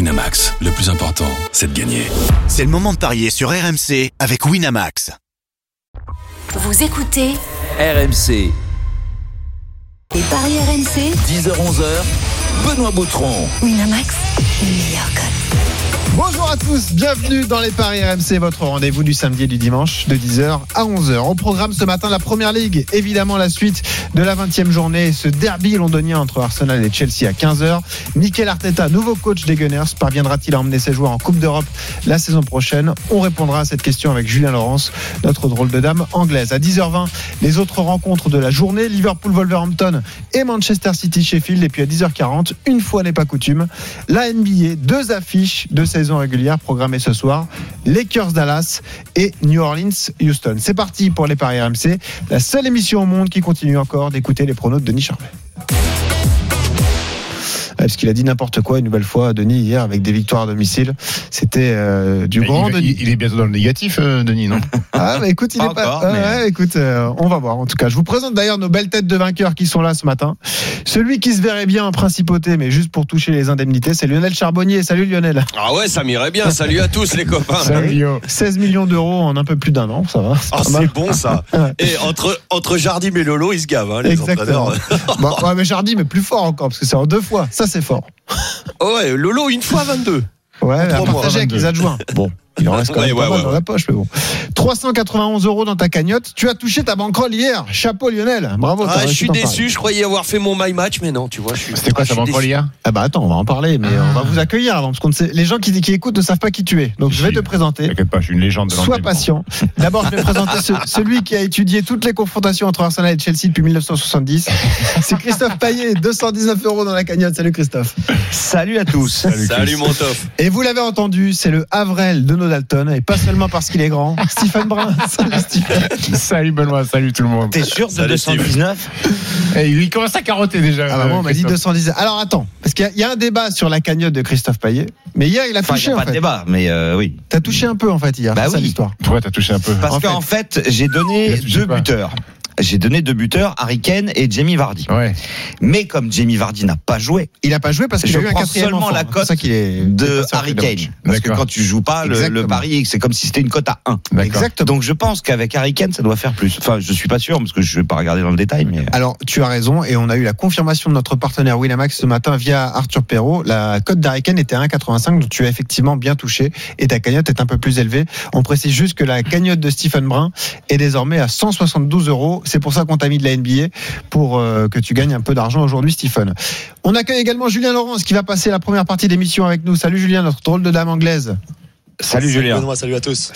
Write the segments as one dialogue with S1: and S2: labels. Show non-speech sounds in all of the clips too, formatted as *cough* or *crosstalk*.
S1: Winamax, le plus important, c'est de gagner.
S2: C'est le moment de parier sur RMC avec Winamax.
S3: Vous écoutez
S4: RMC,
S3: les paris RMC
S4: 10h-11h, Benoît Boutron.
S3: Winamax, les meilleurs codes.
S5: Bonjour à tous, bienvenue dans les Paris RMC, votre rendez-vous du samedi et du dimanche de 10h à 11h. Au programme ce matin, la Première Ligue, évidemment la suite de la 20e journée, ce derby londonien entre Arsenal et Chelsea à 15h. Mikel Arteta, nouveau coach des Gunners, parviendra-t-il à emmener ses joueurs en Coupe d'Europe la saison prochaine On répondra à cette question avec Julien Laurence, notre drôle de dame anglaise. À 10h20, les autres rencontres de la journée, Liverpool-Wolverhampton et Manchester City-Sheffield. Et puis à 10h40, une fois n'est pas coutume, la NBA, deux affiches de saison régulière programmées ce soir, Lakers Dallas et New Orleans Houston. C'est parti pour les Paris RMC, la seule émission au monde qui continue encore d'écouter les pronos de Denis Charvet. Ouais, Parce qu'il a dit n'importe quoi une nouvelle fois, Denis, hier, avec des victoires à domicile. C'était euh, du
S6: Mais
S5: grand
S6: Bah, il, va-
S5: Denis.
S6: il- il est bientôt dans le négatif, euh, Denis, non
S5: Ah, bah écoute, il
S4: Pas
S5: est pas.
S4: encore,
S5: ouais,
S4: mais-
S5: ouais, écoute, euh, on va voir en tout cas. Je vous présente d'ailleurs nos belles têtes de vainqueurs qui sont là ce matin. Celui qui se verrait bien en principauté, mais juste pour toucher les indemnités, c'est Lionel Charbonnier. Salut Lionel.
S7: Ah ouais, ça m'irait bien. Salut à tous les copains.
S5: Salut.
S6: Lio.
S5: 16 millions d'euros en un peu plus d'un an, ça va. c'est
S7: Ah,
S5: pas mal.
S7: c'est bon ça.
S5: *laughs* Ouais.
S7: Et entre, entre Jardim et Lolo, ils se gavent, hein, les
S5: Exactement.
S7: entraîneurs.
S5: Bon, ouais, mais Jardy, mais plus fort encore, parce que c'est en deux fois. Ça, c'est fort.
S7: Oh ouais, Lolo, une fois 22.
S5: Ouais, à
S7: Trois mois,
S5: partager avec
S6: 22.
S5: les adjoints. Bon, il en reste quand même
S7: Ouais,
S5: pas
S7: ouais,
S5: mal
S7: ouais,
S5: dans la poche, mais bon. 391 euros dans ta cagnotte. Tu as touché ta banquerolle hier. Chapeau Lionel. Bravo. t'as
S7: Ah, je
S5: réussi
S7: suis
S5: ton pari.
S7: déçu. Je croyais avoir fait mon my match, mais non, tu vois. je suis-
S6: C'était quoi
S7: ah,
S6: ça
S7: je suis
S6: banque
S7: déçu.
S6: hier
S5: Ah bah attends, on va en parler, mais on va
S7: Ah.
S5: vous accueillir avant, parce qu'on ne sait- les gens qui, qui écoutent ne savent pas qui tu es. Donc je vais te présenter.
S6: T'inquiète pas, je suis une légende de
S5: Sois
S6: l'entraînement.
S5: patient. D'abord, je vais présenter
S7: *laughs*
S5: ce- celui qui a étudié toutes les confrontations entre Arsenal et Chelsea depuis 1970. C'est Christophe Payet, 219 euros dans la cagnotte. Salut Christophe.
S4: Salut à tous.
S6: Salut,
S7: Salut
S6: Chris.
S7: mon tof.
S5: Et vous l'avez entendu, c'est le Avrel de nos Dalton, et pas seulement parce qu'il est grand. Stephen Brun. Salut Stephen.
S6: *laughs* Salut Benoît, salut tout le monde.
S4: T'es sûr de
S7: Salut,
S4: 219
S6: Et il commence à carotter déjà.
S5: Ah bah
S6: euh,
S5: moi, on m'a dit
S6: Christophe.
S5: 210. Alors attends, parce qu'il y a- il y, a un débat sur la cagnotte de Christophe Payet, mais hier il a
S4: Enfin, il
S5: touché
S4: a pas
S5: en
S4: de
S5: fait.
S4: débat, mais euh, oui.
S5: T'as touché un peu en fait hier,
S4: Bah
S5: c'est ça
S4: oui.
S5: l'histoire.
S6: Toi, t'as touché un peu.
S4: Parce
S5: En
S4: qu'en fait, j'ai donné
S6: Là, tu sais
S4: deux
S6: pas.
S4: buteurs. J'ai donné deux buteurs, Harry Kane et Jamie
S5: Ah.
S4: Vardy.
S6: Ouais.
S4: Mais comme Jamie Vardy n'a pas joué
S5: Il a pas joué parce qu'il
S4: Je
S5: a eu un
S4: prends
S5: quatrième
S4: seulement
S5: enfant.
S4: la
S5: C'est pour
S4: cote
S5: ça qu'il est
S4: de
S5: c'est pour ça
S4: Harry
S5: qu'il est
S4: Kane, parce que
S6: D'accord.
S4: quand tu joues pas, le,
S5: Exactement.
S4: le pari, c'est comme si c'était une cote à 1.
S6: D'accord.
S5: Exactement.
S4: Donc je pense qu'avec Harry Kane, ça doit faire plus. Enfin, je suis pas sûr, parce que je vais pas regarder dans le détail, mais. euh,
S5: Alors, tu as raison, et on a eu la confirmation de notre partenaire Winamax ce matin via Arthur Perrault. La cote d'Ariken était à 1,85, donc tu as effectivement bien touché, et ta cagnotte est un peu plus élevée. On précise juste que la cagnotte de Stephen Brun est désormais à 172 euros. C'est pour ça qu'on t'a mis de la NBA, pour euh, que tu gagnes un peu d'argent aujourd'hui, Stephen. On accueille également Julien Laurence, qui va passer la première partie d'émission avec nous. Salut Julien, notre drôle de dame anglaise.
S4: Salut Julien.
S8: Benoît, salut à tous.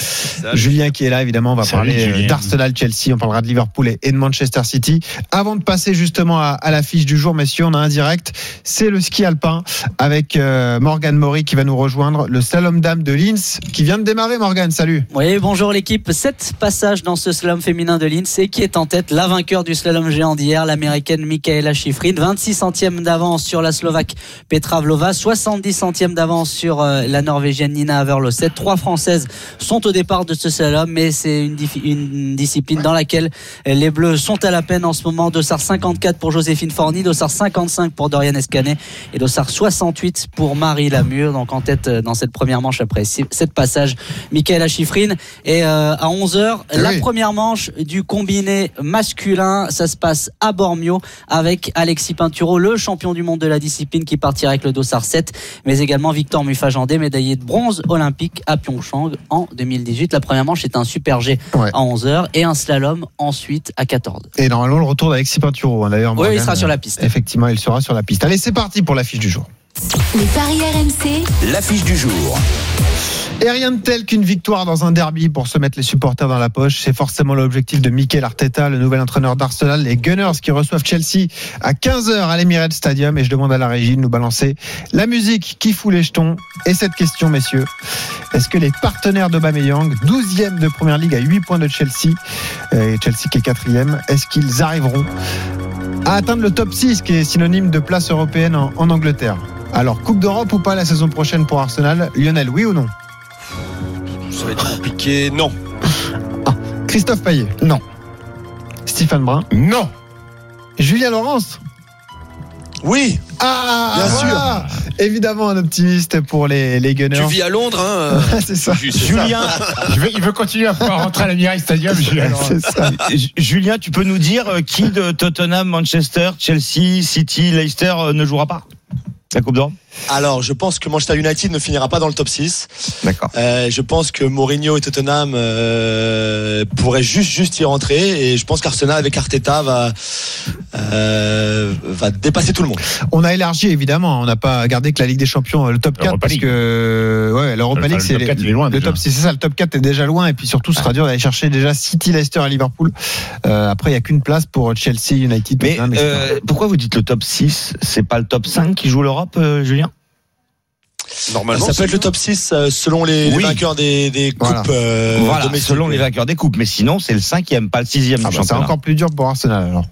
S5: Julien qui est là, évidemment, on va
S6: Salut,
S5: parler
S6: Julien.
S5: euh, d'Arsenal, Chelsea, on parlera de Liverpool et- et de Manchester City. Avant de passer justement à, à l'affiche du jour, messieurs, on a un direct, c'est le ski alpin avec euh, Morgane Maury qui va nous rejoindre, le slalom dame de Linz qui vient de démarrer. Morgane, salut.
S9: Oui, bonjour l'équipe. Sept passages dans ce slalom féminin de Linz et qui est en tête la vainqueur du slalom géant d'hier, l'américaine Michaela Schifrin. 26 centièmes d'avance sur la slovaque Petra Vlova, 70 centièmes d'avance sur euh, la norvégienne Nina Haverlo. Sept, trois françaises sont au départ de ce slalom, mais c'est une, diffi- une discipline dans laquelle les Bleus sont à la peine en ce moment. Dossard 54 pour Joséphine Forny, Dossard 55 pour Dorian Escanet et Dossard 68 pour Marie Lamure. Donc en tête euh, dans cette première manche après six- sept passages, Michaela Schifrin. Et euh, à 11h, la
S5: oui.
S9: première manche du combiné masculin, ça se passe à Bormio avec Alexis Pinturo, le champion du monde de la discipline qui partira avec le Dossard 7, mais également Victor Mufajandé, médaillé de bronze olympique à Pyeongchang en 2018. La première manche est un super G
S5: Ouais.
S9: à 11h et un slalom ensuite à 14h.
S5: Et normalement, le retour d'Alexis Pinturo, hein, d'ailleurs.
S9: Oui,
S5: Morgane,
S9: il sera sur
S5: euh,
S9: la piste.
S5: Effectivement, il sera sur la piste. Allez, c'est parti pour l'affiche du jour.
S3: Les paris RMC,
S4: L'affiche du jour.
S5: Et rien de tel qu'une victoire dans un derby pour se mettre les supporters dans la poche. C'est forcément l'objectif de Mikel Arteta, le nouvel entraîneur d'Arsenal. Les Gunners qui reçoivent Chelsea à 15h à l'Emirates Stadium. Et je demande à la régie de nous balancer la musique qui fout les jetons. Et cette question, messieurs. Est-ce que les partenaires de 12e de Première Ligue à 8 points de Chelsea, et Chelsea qui est 4e, est-ce qu'ils arriveront à atteindre le top 6 qui est synonyme de place européenne en, en Angleterre Alors, Coupe d'Europe ou pas la saison prochaine pour Arsenal Lionel, oui ou non
S7: Ça va être compliqué. Non.
S5: Christophe Payet Non. Stéphane Brun
S6: Non
S5: Julien Laurence
S7: Oui.
S5: Ah
S7: Bien
S5: voilà évidemment un optimiste pour les, les Gunners.
S7: Tu vis à
S8: *laughs*
S7: Londres, hein euh,
S5: *laughs* c'est ça.
S7: Juste, c'est ça.
S4: Julien,
S6: Il veut, il veut continuer à pouvoir rentrer à l'Amiral Stadium.
S4: *laughs*
S6: je dis, alors,
S5: C'est ça.
S4: J- Julien, tu peux nous dire euh, qui de Tottenham, Manchester, Chelsea, City, Leicester euh, ne jouera pas la Coupe d'Or
S8: Alors, je pense que Manchester United ne finira pas dans le top 6.
S4: D'accord.
S8: Euh, je pense que Mourinho et Tottenham euh, pourraient juste juste y rentrer et je pense qu'Arsenal avec Arteta va euh, va dépasser tout le monde.
S5: On a élargi évidemment, on n'a pas gardé que la Ligue des Champions, euh, le top 4
S6: L'Europa
S5: parce
S6: League.
S5: que euh, ouais, l'Europa
S6: Enfin,
S5: League
S6: le
S5: c'est
S6: top
S5: les-
S6: 4, il est loin,
S5: le
S6: déjà.
S5: top 6, c'est ça, le top 4 est déjà loin et puis surtout ce sera dur d'aller chercher déjà City, Leicester et Liverpool. Euh, après il y a qu'une place pour Chelsea, United,
S4: Mais
S5: Tottenham, Ah, etc.
S4: euh, pourquoi vous dites le top 6 C'est pas le top 5 qui joue l'Europe, euh, Julien
S7: Normalement,
S8: ça
S7: c'est
S8: peut être le top 6 euh, selon les, les
S4: Oui.
S8: vainqueurs des, des coupes
S5: Voilà.
S8: euh,
S4: Voilà,
S8: domestiques.
S4: selon les vainqueurs des coupes. Mais sinon, c'est le 5 pas le 6
S5: Ah bah,
S4: du
S5: c'est
S4: championnat.
S5: encore plus dur pour Arsenal alors.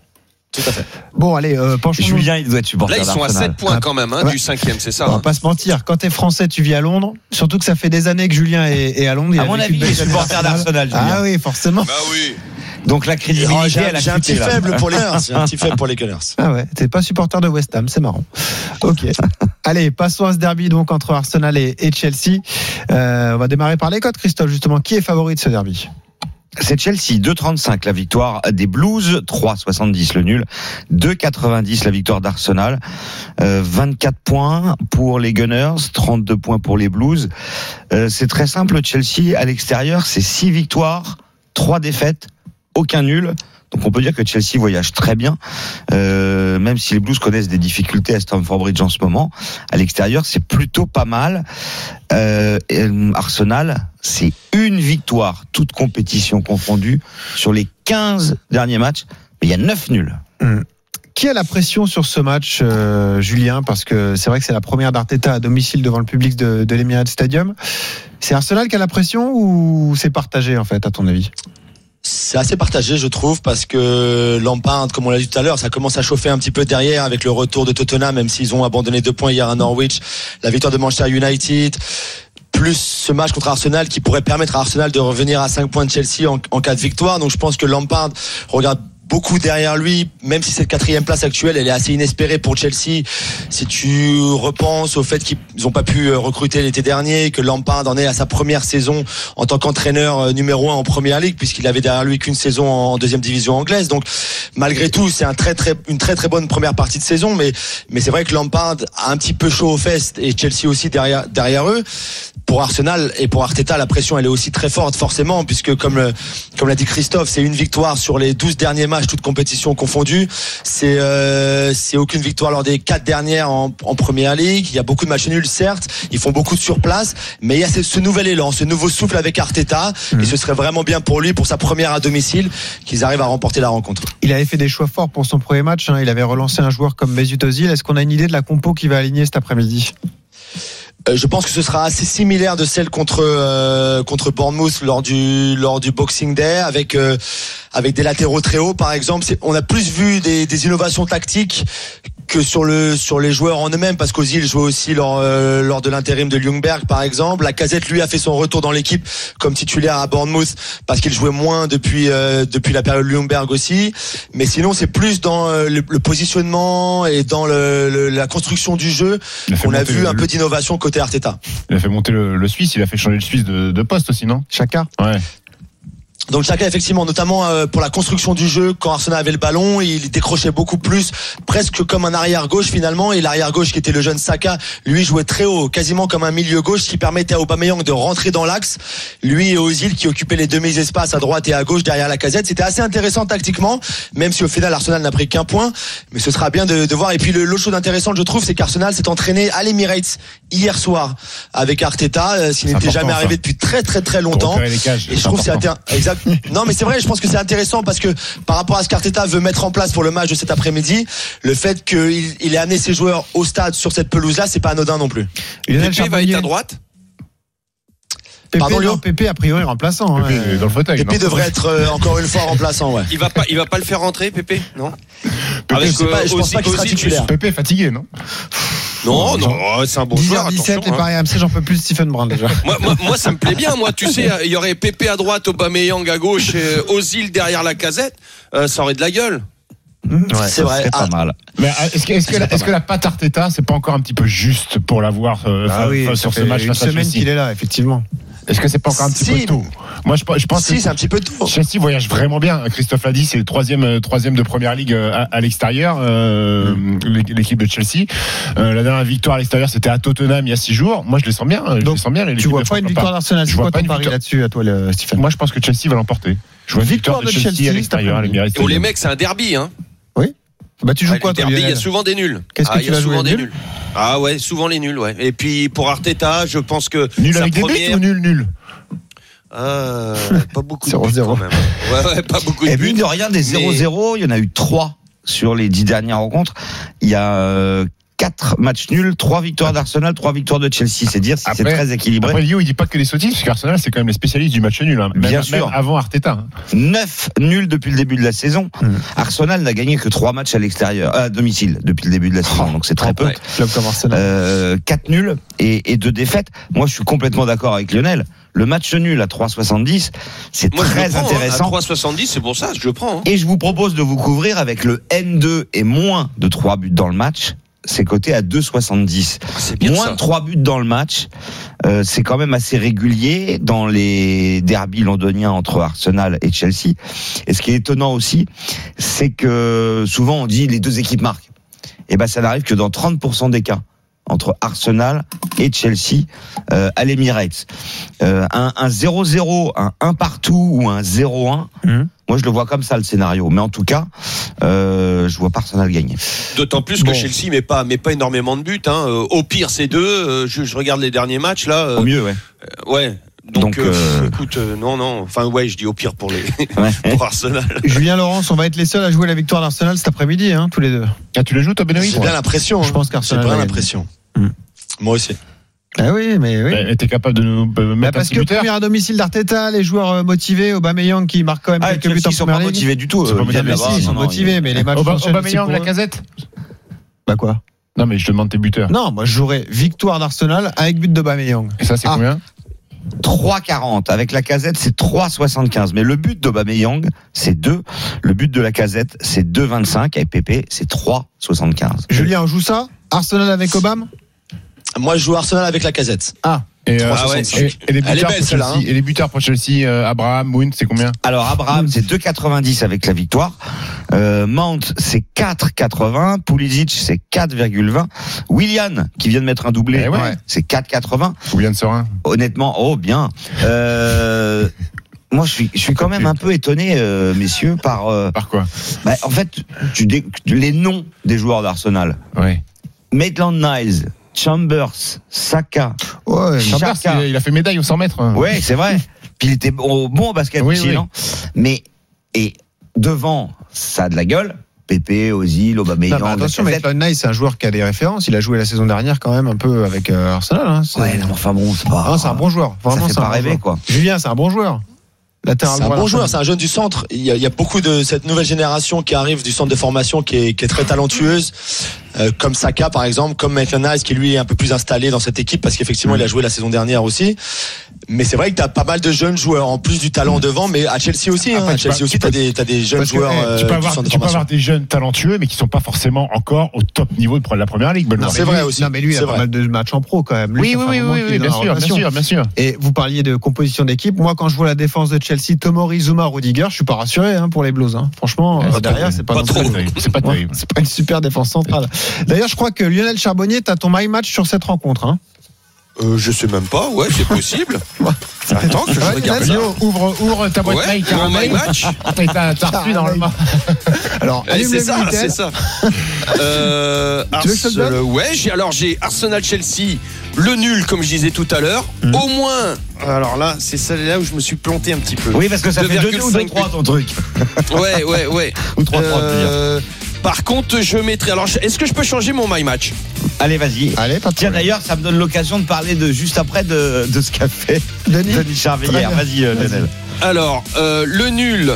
S8: Tout à fait.
S5: Bon allez, euh, penchons-nous.
S4: Julien, il doit être supporter
S7: Là, ils sont à
S4: d'Arsenal.
S7: 7 points quand même, hein,
S5: Ouais.
S7: du cinquième, c'est ça.
S5: On va
S7: hein.
S5: pas se mentir, quand t'es français, tu vis à Londres. Surtout que ça fait des années que Julien est, est à Londres. il
S4: À
S5: a
S4: mon
S5: vécu
S4: avis,
S5: une
S4: il
S5: belle
S4: est
S5: année
S4: supporter
S5: d'Arsenal.
S4: d'Arsenal, Julien.
S5: Ah oui, forcément.
S7: Bah oui.
S4: Donc la
S8: Oh,
S4: crédibilité,
S8: J'ai
S4: elle a
S8: j'ai un
S4: chuté,
S8: petit
S4: là.
S8: faible pour les Gunners. J'ai un petit faible pour
S4: *laughs*
S8: les Gunners.
S5: Ah ouais, t'es pas supporter de West Ham, c'est marrant. Ok. Allez, passons à ce derby donc entre Arsenal et, et Chelsea. Euh, on va démarrer par les codes, Christophe, justement. Qui est favori de ce derby
S4: C'est Chelsea, 2,35 la victoire des Blues, 3,70 le nul, 2,90 la victoire d'Arsenal, euh, 24 points pour les Gunners, 32 points pour les Blues. Euh, c'est très simple, Chelsea à l'extérieur, c'est 6 victoires, 3 défaites, aucun nul. Donc on peut dire que Chelsea voyage très bien, Euh, même si les Blues connaissent des difficultés à Stamford Bridge en ce moment. À l'extérieur, c'est plutôt pas mal. Euh, et, euh, Arsenal, c'est une victoire, toute compétition confondue, sur les 15 derniers matchs. Mais il y a 9 nuls.
S5: Qui a la pression sur ce match, euh, Julien Parce que c'est vrai que c'est la première d'Arteta à domicile devant le public de, de l'Emirates Stadium. C'est Arsenal qui a la pression ou c'est partagé en fait, à ton avis
S8: C'est assez partagé, je trouve, parce que Lampard, comme on l'a dit tout à l'heure, ça commence à chauffer un petit peu derrière avec le retour de Tottenham, même s'ils ont abandonné deux points hier à Norwich, la victoire de Manchester United, plus ce match contre Arsenal qui pourrait permettre à Arsenal de revenir à 5 points de Chelsea en, en cas de victoire. Donc je pense que Lampard regarde beaucoup derrière lui, même si cette quatrième place actuelle, elle est assez inespérée pour Chelsea. Si tu repenses au fait qu'ils n'ont pas pu euh, recruter l'été dernier, que Lampard en est à sa première saison en tant qu'entraîneur euh, numéro un en première ligue, puisqu'il avait derrière lui qu'une saison en deuxième division anglaise. Donc, malgré tout, c'est un très, très, une très, très bonne première partie de saison, mais, mais c'est vrai que Lampard a un petit peu chaud aux fesses et Chelsea aussi derrière, derrière eux. Pour Arsenal et pour Arteta, la pression, elle est aussi très forte, forcément, puisque comme, euh, comme l'a dit Christophe, c'est une victoire sur les 12 derniers matchs, toutes compétitions confondues. C'est, euh, c'est aucune victoire lors des quatre dernières en, en première ligue. Il y a beaucoup de matchs nuls, certes. Ils font beaucoup de surplace, mais il y a ce, ce nouvel élan, ce nouveau souffle avec Arteta. Et ce serait vraiment bien pour lui, pour sa première à domicile, qu'ils arrivent à remporter la rencontre.
S5: Il avait fait des choix forts pour son premier match. hein. Il avait relancé un joueur comme Mesut Ozil. Est-ce qu'on a une idée de la compo qui va aligner cet après-midi
S8: Euh, je pense que ce sera assez similaire de celle contre euh, contre Bournemouth lors du lors du Boxing Day avec euh, avec des latéraux très hauts par exemple. C'est- On a plus vu des, des innovations tactiques que sur le sur les joueurs en eux-mêmes parce qu'Ozil jouait aussi lors euh, lors de l'intérim de Ljungberg par exemple. La Casette lui a fait son retour dans l'équipe comme titulaire à Bournemouth parce qu'il jouait moins depuis euh, depuis la période Ljungberg aussi. Mais sinon c'est plus dans euh, le, le positionnement et dans le- le- la construction du jeu
S6: Il a fait
S8: qu'on a
S6: monter
S8: vu
S6: le-
S8: un peu d'innovation côté Arteta.
S6: Il a fait monter le, le Suisse, il a fait changer le Suisse de, de poste aussi, non
S5: Chacun
S6: Ouais.
S8: Donc chacun effectivement, notamment euh, pour la construction du jeu, quand Arsenal avait le ballon, il décrochait beaucoup plus, presque comme un arrière gauche finalement. Et l'arrière gauche qui était le jeune Saka, lui jouait très haut, quasiment comme un milieu gauche, ce qui permettait à Aubameyang de rentrer dans l'axe. Lui et Ozil qui occupaient les demi espaces à droite et à gauche derrière la casette, c'était assez intéressant tactiquement, même si au final Arsenal n'a pris qu'un point. Mais ce sera bien de, de voir. Et puis le l'autre chose intéressante, je trouve, c'est qu'Arsenal s'est entraîné à l'Emirates hier soir avec Arteta, euh, s'il
S6: C'est
S8: n'était
S6: important,
S8: jamais
S6: ça. euh,
S8: arrivé depuis très très très
S6: Pour
S8: longtemps.
S6: repérer les cages.
S8: Et je trouve que c'est
S6: important.
S8: intér- exact. Non, mais c'est vrai. Je pense que c'est intéressant parce que par rapport à ce qu'Arteta veut mettre en place pour le match de cet après-midi, le fait qu'il il ait amené ses joueurs au stade sur cette pelouse-là, c'est pas anodin non plus.
S5: Lionel
S7: Pépé va être
S5: Charbonnier.
S7: à droite.
S5: Pépé,
S8: Pardon,
S5: non,
S8: Léo
S5: Pépé, a priori remplaçant. hein.
S6: Et puis, dans le fauteuil.
S8: Et puis
S6: non
S8: devrait être euh, encore une fois remplaçant, ouais.
S7: Il va pas, il va pas le faire rentrer, Pépé Non
S8: je sais pas, je pense
S7: Ozil-
S8: pas qu'il sera
S7: Ozil, tu-
S8: titulaire.
S6: Pépé est fatigué, non
S7: Non, non, c'est un bon joueur.
S5: 10h17, les
S7: attention, hein.
S5: Paris AMC, j'en peux plus de Stephen Brand
S6: *laughs*
S5: déjà.
S7: Moi, moi, moi, ça me plaît bien. Moi, tu sais, il y aurait euh, Pépé à droite, Aubameyang à gauche, et Ozil derrière la casette. Euh, ça aurait Euh, de la gueule.
S4: Ouais,
S8: C'est
S4: ça
S8: vrai.
S4: serait pas
S8: Ah.
S4: mal.
S6: Mais ah, est-ce que, est-ce que, la- est-ce que la patte Arteta, c'est pas encore un petit peu juste pour l'avoir euh,
S5: Ah
S6: fa-
S5: oui,
S6: fa-
S5: ça
S6: sur ce
S5: fait
S6: match
S5: une
S6: face à
S5: semaine
S6: Chelsea
S5: qu'il est là, effectivement.
S6: Est-ce que c'est pas encore un petit
S8: Si.
S6: peu tôt Moi, je, je pense
S8: Si,
S6: que
S8: c'est un petit peu tôt.
S6: Chelsea voyage vraiment bien. Christophe l'a dit, c'est le troisième, euh, troisième de première ligue euh, à, à l'extérieur, euh,
S5: Hmm.
S6: l'é- l'équipe de Chelsea. Euh, la dernière victoire à l'extérieur, c'était à Tottenham il y a six jours. Moi, je les sens bien. euh, Je
S5: Donc,
S6: les sens bien. les-
S5: Tu
S6: l'équipe
S5: vois
S6: de
S5: pas
S6: France,
S5: une
S6: pas-
S5: victoire d'Arsenal.
S6: Je
S5: C'est
S6: vois
S5: quoi
S6: pas
S5: ton
S6: une
S5: pari
S6: victoire.
S5: là-dessus, à toi, le- euh, Stephen
S6: Moi, je pense que Chelsea va l'emporter. Je vois une victoire, de Chelsea, à l'extérieur, les Miracles
S7: Oh les
S6: Stadium.
S7: mecs, c'est un derby. Hein.
S5: Bah, tu joues
S7: Ah,
S5: quoi,
S7: les
S5: toi,
S7: derbys, Il y a
S5: Lionel
S7: souvent des nuls.
S5: Qu'est-ce que
S7: Ah,
S5: tu
S7: il y a
S5: vas jouer,
S7: souvent des
S5: nul
S7: nuls. Ah ouais, souvent les nuls, ouais. Et puis pour Arteta, je pense que
S6: Nul
S7: sa
S6: avec des buts
S7: première,
S6: ou nul nul
S7: Euh, pas beaucoup de buts
S5: 0-0.
S7: quand même. Ouais, ouais, pas beaucoup de
S4: Et
S7: buts.
S4: mine de rien, des
S7: Mais-
S4: 0-0, il y en a eu 3 sur les 10 dernières rencontres. Il y a 4 matchs nuls, 3 victoires d'Arsenal, 3 victoires de Chelsea. C'est dire si c'est
S6: Après-
S4: très équilibré.
S6: Après Lio, il dit pas que des sottises, parce qu'Arsenal, c'est quand même les spécialistes du match nul. hein. Même,
S4: Bien
S6: même
S4: sûr.
S6: avant Arteta. hein.
S4: 9 nuls depuis le début de la saison. Arsenal n'a gagné que 3 matchs à l'extérieur, euh, à domicile depuis le début de la saison, donc c'est très peu.
S7: ouais.
S5: Club comme Arsenal.
S4: Euh, 4 nuls et, et 2 défaites. Moi, je suis complètement d'accord avec Lionel. Le match nul à 3,70, c'est
S7: Moi, je le
S4: très
S7: prends, hein,
S4: intéressant.
S7: à 3,70, c'est pour ça, je le prends. hein.
S4: Et je vous propose de vous couvrir avec le N2 et moins de 3 buts dans le match. C'est coté à 2,70.
S7: Ah, C'est bien
S4: Moins
S7: ça.
S4: de 3 buts dans le match, euh, c'est quand même assez régulier dans les derbies londoniens entre Arsenal et Chelsea. Et ce qui est étonnant aussi, c'est que souvent on dit les deux équipes marquent. Et ben ça n'arrive que dans 30% des cas entre Arsenal et Chelsea euh, à l'Emirates. Euh, un un 0-0, un 1 partout ou un 0-1,
S5: Mhm.
S4: moi je le vois comme ça le scénario. Mais en tout cas, euh, je vois pas Arsenal gagner.
S7: D'autant plus que
S5: Bon.
S7: Chelsea met pas, met pas énormément de buts. Hein. Euh, Au pire, c'est deux. Euh, Je, je regarde les derniers matchs là. euh,
S4: Au mieux, ouais.
S7: ouais. Donc,
S4: Donc,
S7: euh,
S4: euh, Hein
S7: écoute, euh, non, non. Enfin, ouais, je dis au pire pour les
S4: Ouais. *laughs*
S7: pour Arsenal.
S5: Julien Laurence, on va être les seuls à jouer la victoire d'Arsenal cet après-midi, hein, tous les deux.
S6: Ah, tu le joues, toi, Benoît
S8: J'ai bien l'impression.
S5: Je
S8: hein.
S5: pense
S8: J'ai
S5: qu'Arsenal.
S8: bien
S5: va
S8: l'impression.
S5: Hmm.
S8: Moi aussi.
S5: gagner. Ah oui, mais oui.
S6: Eh, T'es capable de nous euh,
S5: Bah,
S6: mettre un
S5: parce
S6: petit
S5: que
S6: buteur
S5: première à domicile d'Arteta, les joueurs euh, motivés, Aubameyang qui marque quand même
S4: Ah,
S5: quelques buts
S4: Chelsea,
S5: en
S4: ils sont
S5: première
S4: pas
S5: ligue.
S4: motivés du tout.
S6: C'est
S4: euh,
S6: pas
S4: Viennent
S6: motivés,
S4: là-bas,
S5: Si, ils sont
S4: non,
S5: motivés, mais les matchs
S6: Auba-
S5: s'enchaînent aussi
S6: Aubameyang,
S5: pour euh,
S6: la
S5: eux.
S6: casette
S5: Bah quoi
S6: Non, mais je demande tes buteurs.
S5: Non, moi je jouerais victoire d'Arsenal avec but d'Aubameyang.
S6: Et ça, c'est
S5: Ah.
S6: combien
S4: 3,40. Avec la casette, c'est 3,75. Mais le but d'Aubameyang, c'est 2. Le but de la casette, c'est 2,25. Et PP, c'est 3,75.
S5: Julien, on joue ça Arsenal avec Obam
S8: Moi, je joue Arsenal avec la casette.
S6: et, euh,
S8: 3,65.
S6: et- et les
S8: Elle est
S6: buteurs
S8: belle,
S6: pour Chelsea,
S8: celle-là, hein.
S6: et les buteurs pour Chelsea euh, Abraham, Moon, c'est combien
S4: Alors, Abraham, c'est 2,90 avec la victoire. Euh, Mount, c'est 4,80. Pulisic, c'est 4,20. Willian, qui vient de mettre un doublé,
S6: Eh ouais.
S4: c'est 4,80.
S6: Ou bien de Serein
S4: Honnêtement, oh, bien. Euh, *laughs* moi, je suis, je suis quand même un peu étonné, euh, messieurs, par... euh,
S6: Par quoi
S4: bah, en fait, tu dé- les noms des joueurs d'Arsenal.
S6: Ouais.
S4: Maitland Niles, Chambers, Saka.
S5: Ouais,
S6: Chambers,
S4: Chaka.
S6: il, il a fait médaille aux 100 mètres.
S5: Ah.
S6: hein.
S4: Ouais, c'est vrai. Puis il était bon, bon au basket
S6: Oui,
S4: aussi,
S6: oui.
S4: non Mais et devant, ça a de la gueule. Pépé, Ozil, Aubameyang,
S5: Non, mais attention, mais
S4: Lacazette.
S5: Maitland Nice, c'est un joueur qui a des références. Il a joué la saison dernière quand même un peu avec euh, Arsenal. hein. C'est
S4: Ouais, non, mais enfin bon, c'est pas.
S5: Ah, c'est un bon joueur.
S4: ça
S5: Vraiment,
S4: fait
S5: c'est un
S4: pas
S5: bon
S4: rêver,
S5: joueur.
S4: quoi.
S5: Julien, c'est un bon joueur. Latéral
S8: C'est un
S5: droit
S8: bon
S5: d'Arsenal.
S8: joueur, c'est un jeune du centre. Il y, a, il y a beaucoup de cette nouvelle génération qui arrive du centre de formation qui est, qui est très talentueuse, euh, comme Saka par exemple, comme Maitland Nice qui lui est un peu plus installé dans cette équipe parce qu'effectivement
S6: Mm.
S8: il a joué la saison dernière aussi. Mais c'est vrai que t'as pas mal de jeunes joueurs en plus du talent devant, mais à Chelsea aussi. hein.
S6: Mm. Après,
S8: à
S6: tu
S8: Chelsea
S6: peux-
S8: aussi, t'as des t'as des jeunes
S5: Parce que,
S8: joueurs
S5: eh,
S8: euh,
S6: tu peux,
S8: du
S6: avoir,
S8: centre de
S6: tu peux avoir
S8: formation.
S6: des jeunes talentueux, mais qui sont pas forcément encore au top niveau de la première ligue. Benoît.
S8: Non, c'est
S5: mais
S8: vrai
S5: lui-
S8: aussi.
S5: Non, mais lui, il a
S8: C'est
S5: pas
S8: vrai.
S5: mal de matchs en pro quand même. Lui,
S6: Oui,
S5: ça
S6: oui,
S5: fait
S6: oui,
S5: un moment
S6: oui,
S5: qu'il
S6: oui,
S5: est
S6: bien
S5: dans
S6: sûr,
S5: la
S6: bien
S5: rotation.
S6: sûr, bien sûr.
S5: Et vous parliez de composition d'équipe. Moi, quand je vois la défense de Chelsea, Tomori, Zuma, Rudiger, je suis pas rassuré hein, pour les Blues. hein. Franchement, euh,
S6: pas
S5: derrière,
S6: terrible.
S5: c'est pas,
S7: Pas
S5: non
S7: trop.
S5: plus-
S6: C'est pas terrible.
S5: C'est pas une super défense centrale. D'ailleurs, je crois que Lionel Charbonnier, t'as ton my match sur cette rencontre. Hein.
S7: Euh, je sais même pas. Ouais, c'est
S5: *laughs*
S7: possible. Attends que je
S5: Ouais,
S7: regarde ça.
S6: Lio, ouvre, ouvre ta boîte
S7: Ouais,
S6: mail,
S7: mon my
S6: caramel. *laughs*
S7: match.
S6: Ah, T'as t'as- t'as reçu
S5: Caramel.
S6: normalement.
S5: Alors,
S7: Eh,
S5: allume
S7: c'est
S5: le
S7: ça,
S5: Minitel.
S7: c'est *laughs* ça. Euh,
S5: Tu veux que je te le
S7: Arsenal- ouais, j'ai alors j'ai Arsenal Chelsea, le nul comme je disais tout à l'heure, au moins. Hmm. Alors là, c'est celle-là où je me suis planté un petit peu.
S4: Oui, parce que ça fait 2 ou
S7: 2,5
S4: 3 ton truc.
S7: Ouais, ouais, *laughs* ouais.
S4: Ou 3 3
S7: Euh, par contre, je mettrai. Alors, je- est-ce que je peux changer mon my match
S4: Allez, vas-y.
S5: Allez, pas de
S4: Tiens,
S5: problème.
S4: d'ailleurs, ça me donne l'occasion de parler de juste après de, de ce qu'a fait
S5: Denis,
S4: Denis Charveillère.
S5: bien.
S4: Vas-y, euh,
S5: Vas-y.
S4: Lionel.
S7: Alors, euh, le nul,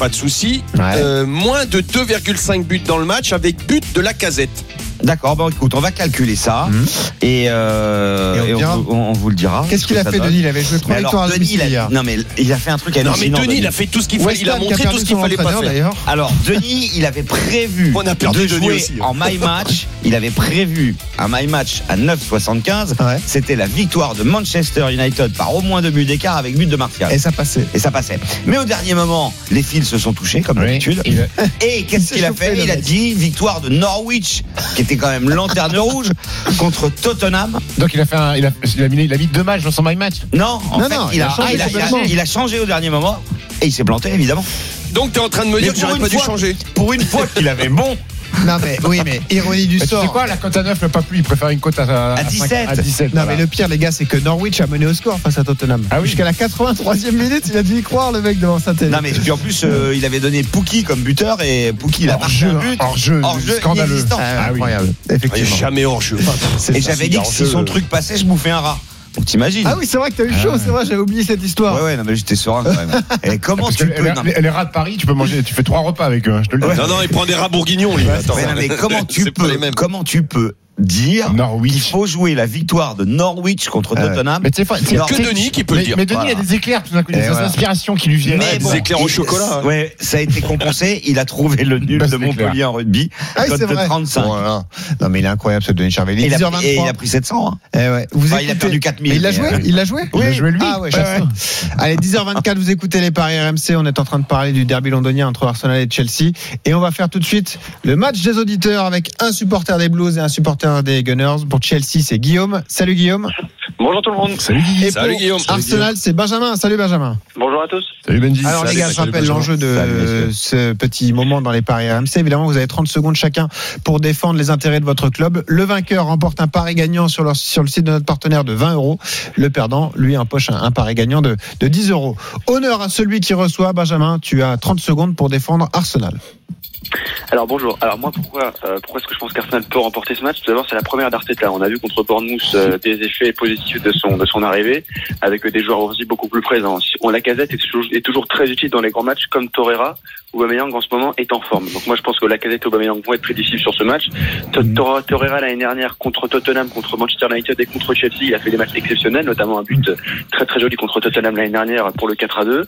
S7: pas de souci.
S5: Ouais.
S7: Euh, moins de 2,5 buts dans le match avec but de la casette.
S4: D'accord, bon écoute, on va calculer ça
S5: Mhm.
S4: et, euh,
S5: Et on
S4: et on,
S5: dira.
S4: vous, on vous le dira.
S5: Qu'est-ce
S4: ce
S5: qu'il
S4: que
S5: a
S4: ça
S5: fait,
S4: donne.
S5: Denis Il avait joué
S4: Mais
S5: trois
S4: alors,
S5: victoires à
S4: Denis,
S5: domicile
S4: il a,
S5: hier.
S4: non mais il a fait un truc
S7: Non,
S4: hallucinant.
S7: mais Denis, il
S4: Denis.
S7: a fait tout ce qu'il fallait. Il a
S5: Weston qui
S7: montré
S5: perdu
S7: tout ce
S5: son
S7: qu'il fallait pas
S5: entraîneur,
S7: faire.
S5: d'ailleurs.
S4: Alors Denis, il avait prévu
S7: On a
S4: de
S7: perdu Denis
S4: jouer
S7: aussi.
S5: hein.
S4: en my match. Il avait prévu un my match à 9,75.
S5: Ouais.
S4: C'était la victoire de Manchester United par au moins deux buts d'écart avec but de Martial.
S5: Et ça passait.
S4: et ça passait. Mais au dernier moment, les fils se sont touchés, comme
S6: Oui.
S4: d'habitude.
S6: Il-
S4: *laughs* Et
S5: Il
S4: qu'est-ce
S5: s'est
S4: qu'il a
S5: chauffé,
S4: fait
S5: le
S4: Il a
S5: mec.
S4: dit victoire de Norwich, qui était quand même
S5: *laughs*
S4: lanterne rouge, contre Tottenham.
S6: Donc il a fait un- il a, il a mis, il a mis deux matchs dans son my match.
S4: Non, en
S5: Non,
S4: fait,
S5: non,
S4: il, a,
S5: changé
S4: ah, il a- il a-
S5: complètement.
S4: il a changé au dernier moment. Et il s'est planté, évidemment.
S7: Donc t'es en train de me
S4: Mais
S7: dire que
S4: pour
S7: j'aurais
S4: une
S7: pas dû
S4: fois-
S7: changer.
S4: Pour une
S5: *laughs*
S4: fois qu'il avait bon.
S5: Non, mais oui, mais ironie du
S6: Mais tu sais
S5: sort.
S6: quoi, la cote à 9, le papou, il préfère une cote à,
S4: À
S6: cinq-
S4: 17.
S6: à 17
S5: Non,
S6: voilà.
S5: mais le pire, les gars, c'est que Norwich a mené au score face à Tottenham.
S6: Ah oui.
S5: Jusqu'à la 83e minute, il a dû y croire, le mec, devant sa télé.
S4: Non, mais puis en plus, euh, il avait donné Pookie comme buteur et Pookie, il a
S6: hors
S4: marqué
S6: jeu, hein.
S4: un but.
S6: hors jeu,
S4: hors jeu
S6: scandaleux.
S4: inexistant.
S5: Ah,
S6: Ah oui.
S5: incroyable, effectivement.
S7: Jamais hors jeu.
S4: Et j'avais dit que si son truc passait, je bouffais un rat. Donc t'imagines
S5: Ah oui, c'est vrai que t'as eu chaud, c'est vrai, j'avais oublié cette histoire.
S4: Ouais, ouais, non, mais j'étais serein quand
S6: *laughs*
S4: même. Et comment
S6: Parce que
S4: tu peux.
S6: les,
S4: non,
S6: les- les rats de Paris, tu peux manger, tu fais trois repas avec eux, hein, je te le dis.
S7: Non, non, il prend des rats bourguignons, lui. Attends.
S4: mais non, mais comment tu
S7: *laughs* C'est pas les
S4: peux,
S7: mêmes.
S4: comment tu peux dire qu'il
S6: Norwich.
S4: faut jouer la victoire de Norwich contre
S6: Euh,
S4: Tottenham
S6: mais tu sais, c'est
S4: Alors,
S7: que Denis qui peut
S6: mais,
S7: le dire.
S6: mais Denis,
S4: Voilà.
S6: il y a des éclairs, tout d'un coup, il y a
S4: Et
S6: des
S4: voilà.
S6: inspirations qui lui viennent.
S7: Mais
S6: Ouais,
S7: bon.
S6: bon.
S7: des éclairs au chocolat, hein.
S4: Ouais, ça a été compensé. Il a trouvé le nul
S6: Bah,
S4: de
S6: c'est
S4: Montpellier
S6: clair.
S4: en rugby.
S5: Ah oui,
S4: cote
S5: c'est
S4: de
S5: vrai.
S4: 35.
S5: Oh là là. Non, mais il est incroyable, ce Denis Charvet.
S4: Et il, a,
S5: 10h23.
S4: et il a pris 700. hein.
S5: Eh ouais. Vous
S4: Enfin, il a
S5: écoutez-
S4: perdu 4000,
S5: Mais Il l'a
S4: mais,
S5: joué
S4: euh,
S5: Il l'a joué
S6: Il a joué, lui.
S5: Ah ouais,
S6: Ouais,
S5: j'assure. Allez, 10h24, vous écoutez les paris RMC. On est en train de parler du derby londonien entre Arsenal et Chelsea. Et on va faire tout de suite le match des auditeurs avec un supporter des Blues et un supporter des Gunners. Pour Chelsea, c'est Guillaume. Salut Guillaume.
S10: Bonjour tout le monde.
S5: Et
S7: Salut,
S5: pour
S7: Guillaume.
S5: Arsenal, c'est Benjamin. Salut Benjamin.
S10: Bonjour à tous.
S6: Salut Benji.
S5: Alors les
S7: Salut,
S5: gars, je
S7: salut,
S5: rappelle
S7: Benjamin.
S5: l'enjeu de
S4: Salut, messieurs.
S5: ce petit moment dans les paris RMC. Évidemment, vous avez 30 secondes chacun pour défendre les intérêts de votre club. Le vainqueur remporte un pari gagnant sur, leur- sur le site de notre partenaire de 20 euros. Le perdant, lui, empoche un, un pari gagnant de, de 10 euros. Honneur à celui qui reçoit. Benjamin, tu as 30 secondes pour défendre Arsenal.
S10: Alors bonjour. Alors moi pourquoi euh, pourquoi est-ce que je pense qu'Arsenal peut remporter ce match Tout d'abord c'est la première d'Arteta. On a vu contre Bournemouth euh, des effets positifs de son de son arrivée avec des joueurs aussi beaucoup plus présents. Si- On la casette est toujours, est toujours très utile dans les grands matchs comme Torreira où Aubameyang en ce moment est en forme. Donc moi je pense que la casette et Aubameyang vont être très difficiles sur ce match. To- Tor-
S6: Mhm.
S10: Torreira l'année dernière contre Tottenham, contre Manchester United et contre Chelsea, il a fait des matchs exceptionnels, notamment un but très très joli contre Tottenham l'année dernière pour le 4 à 2.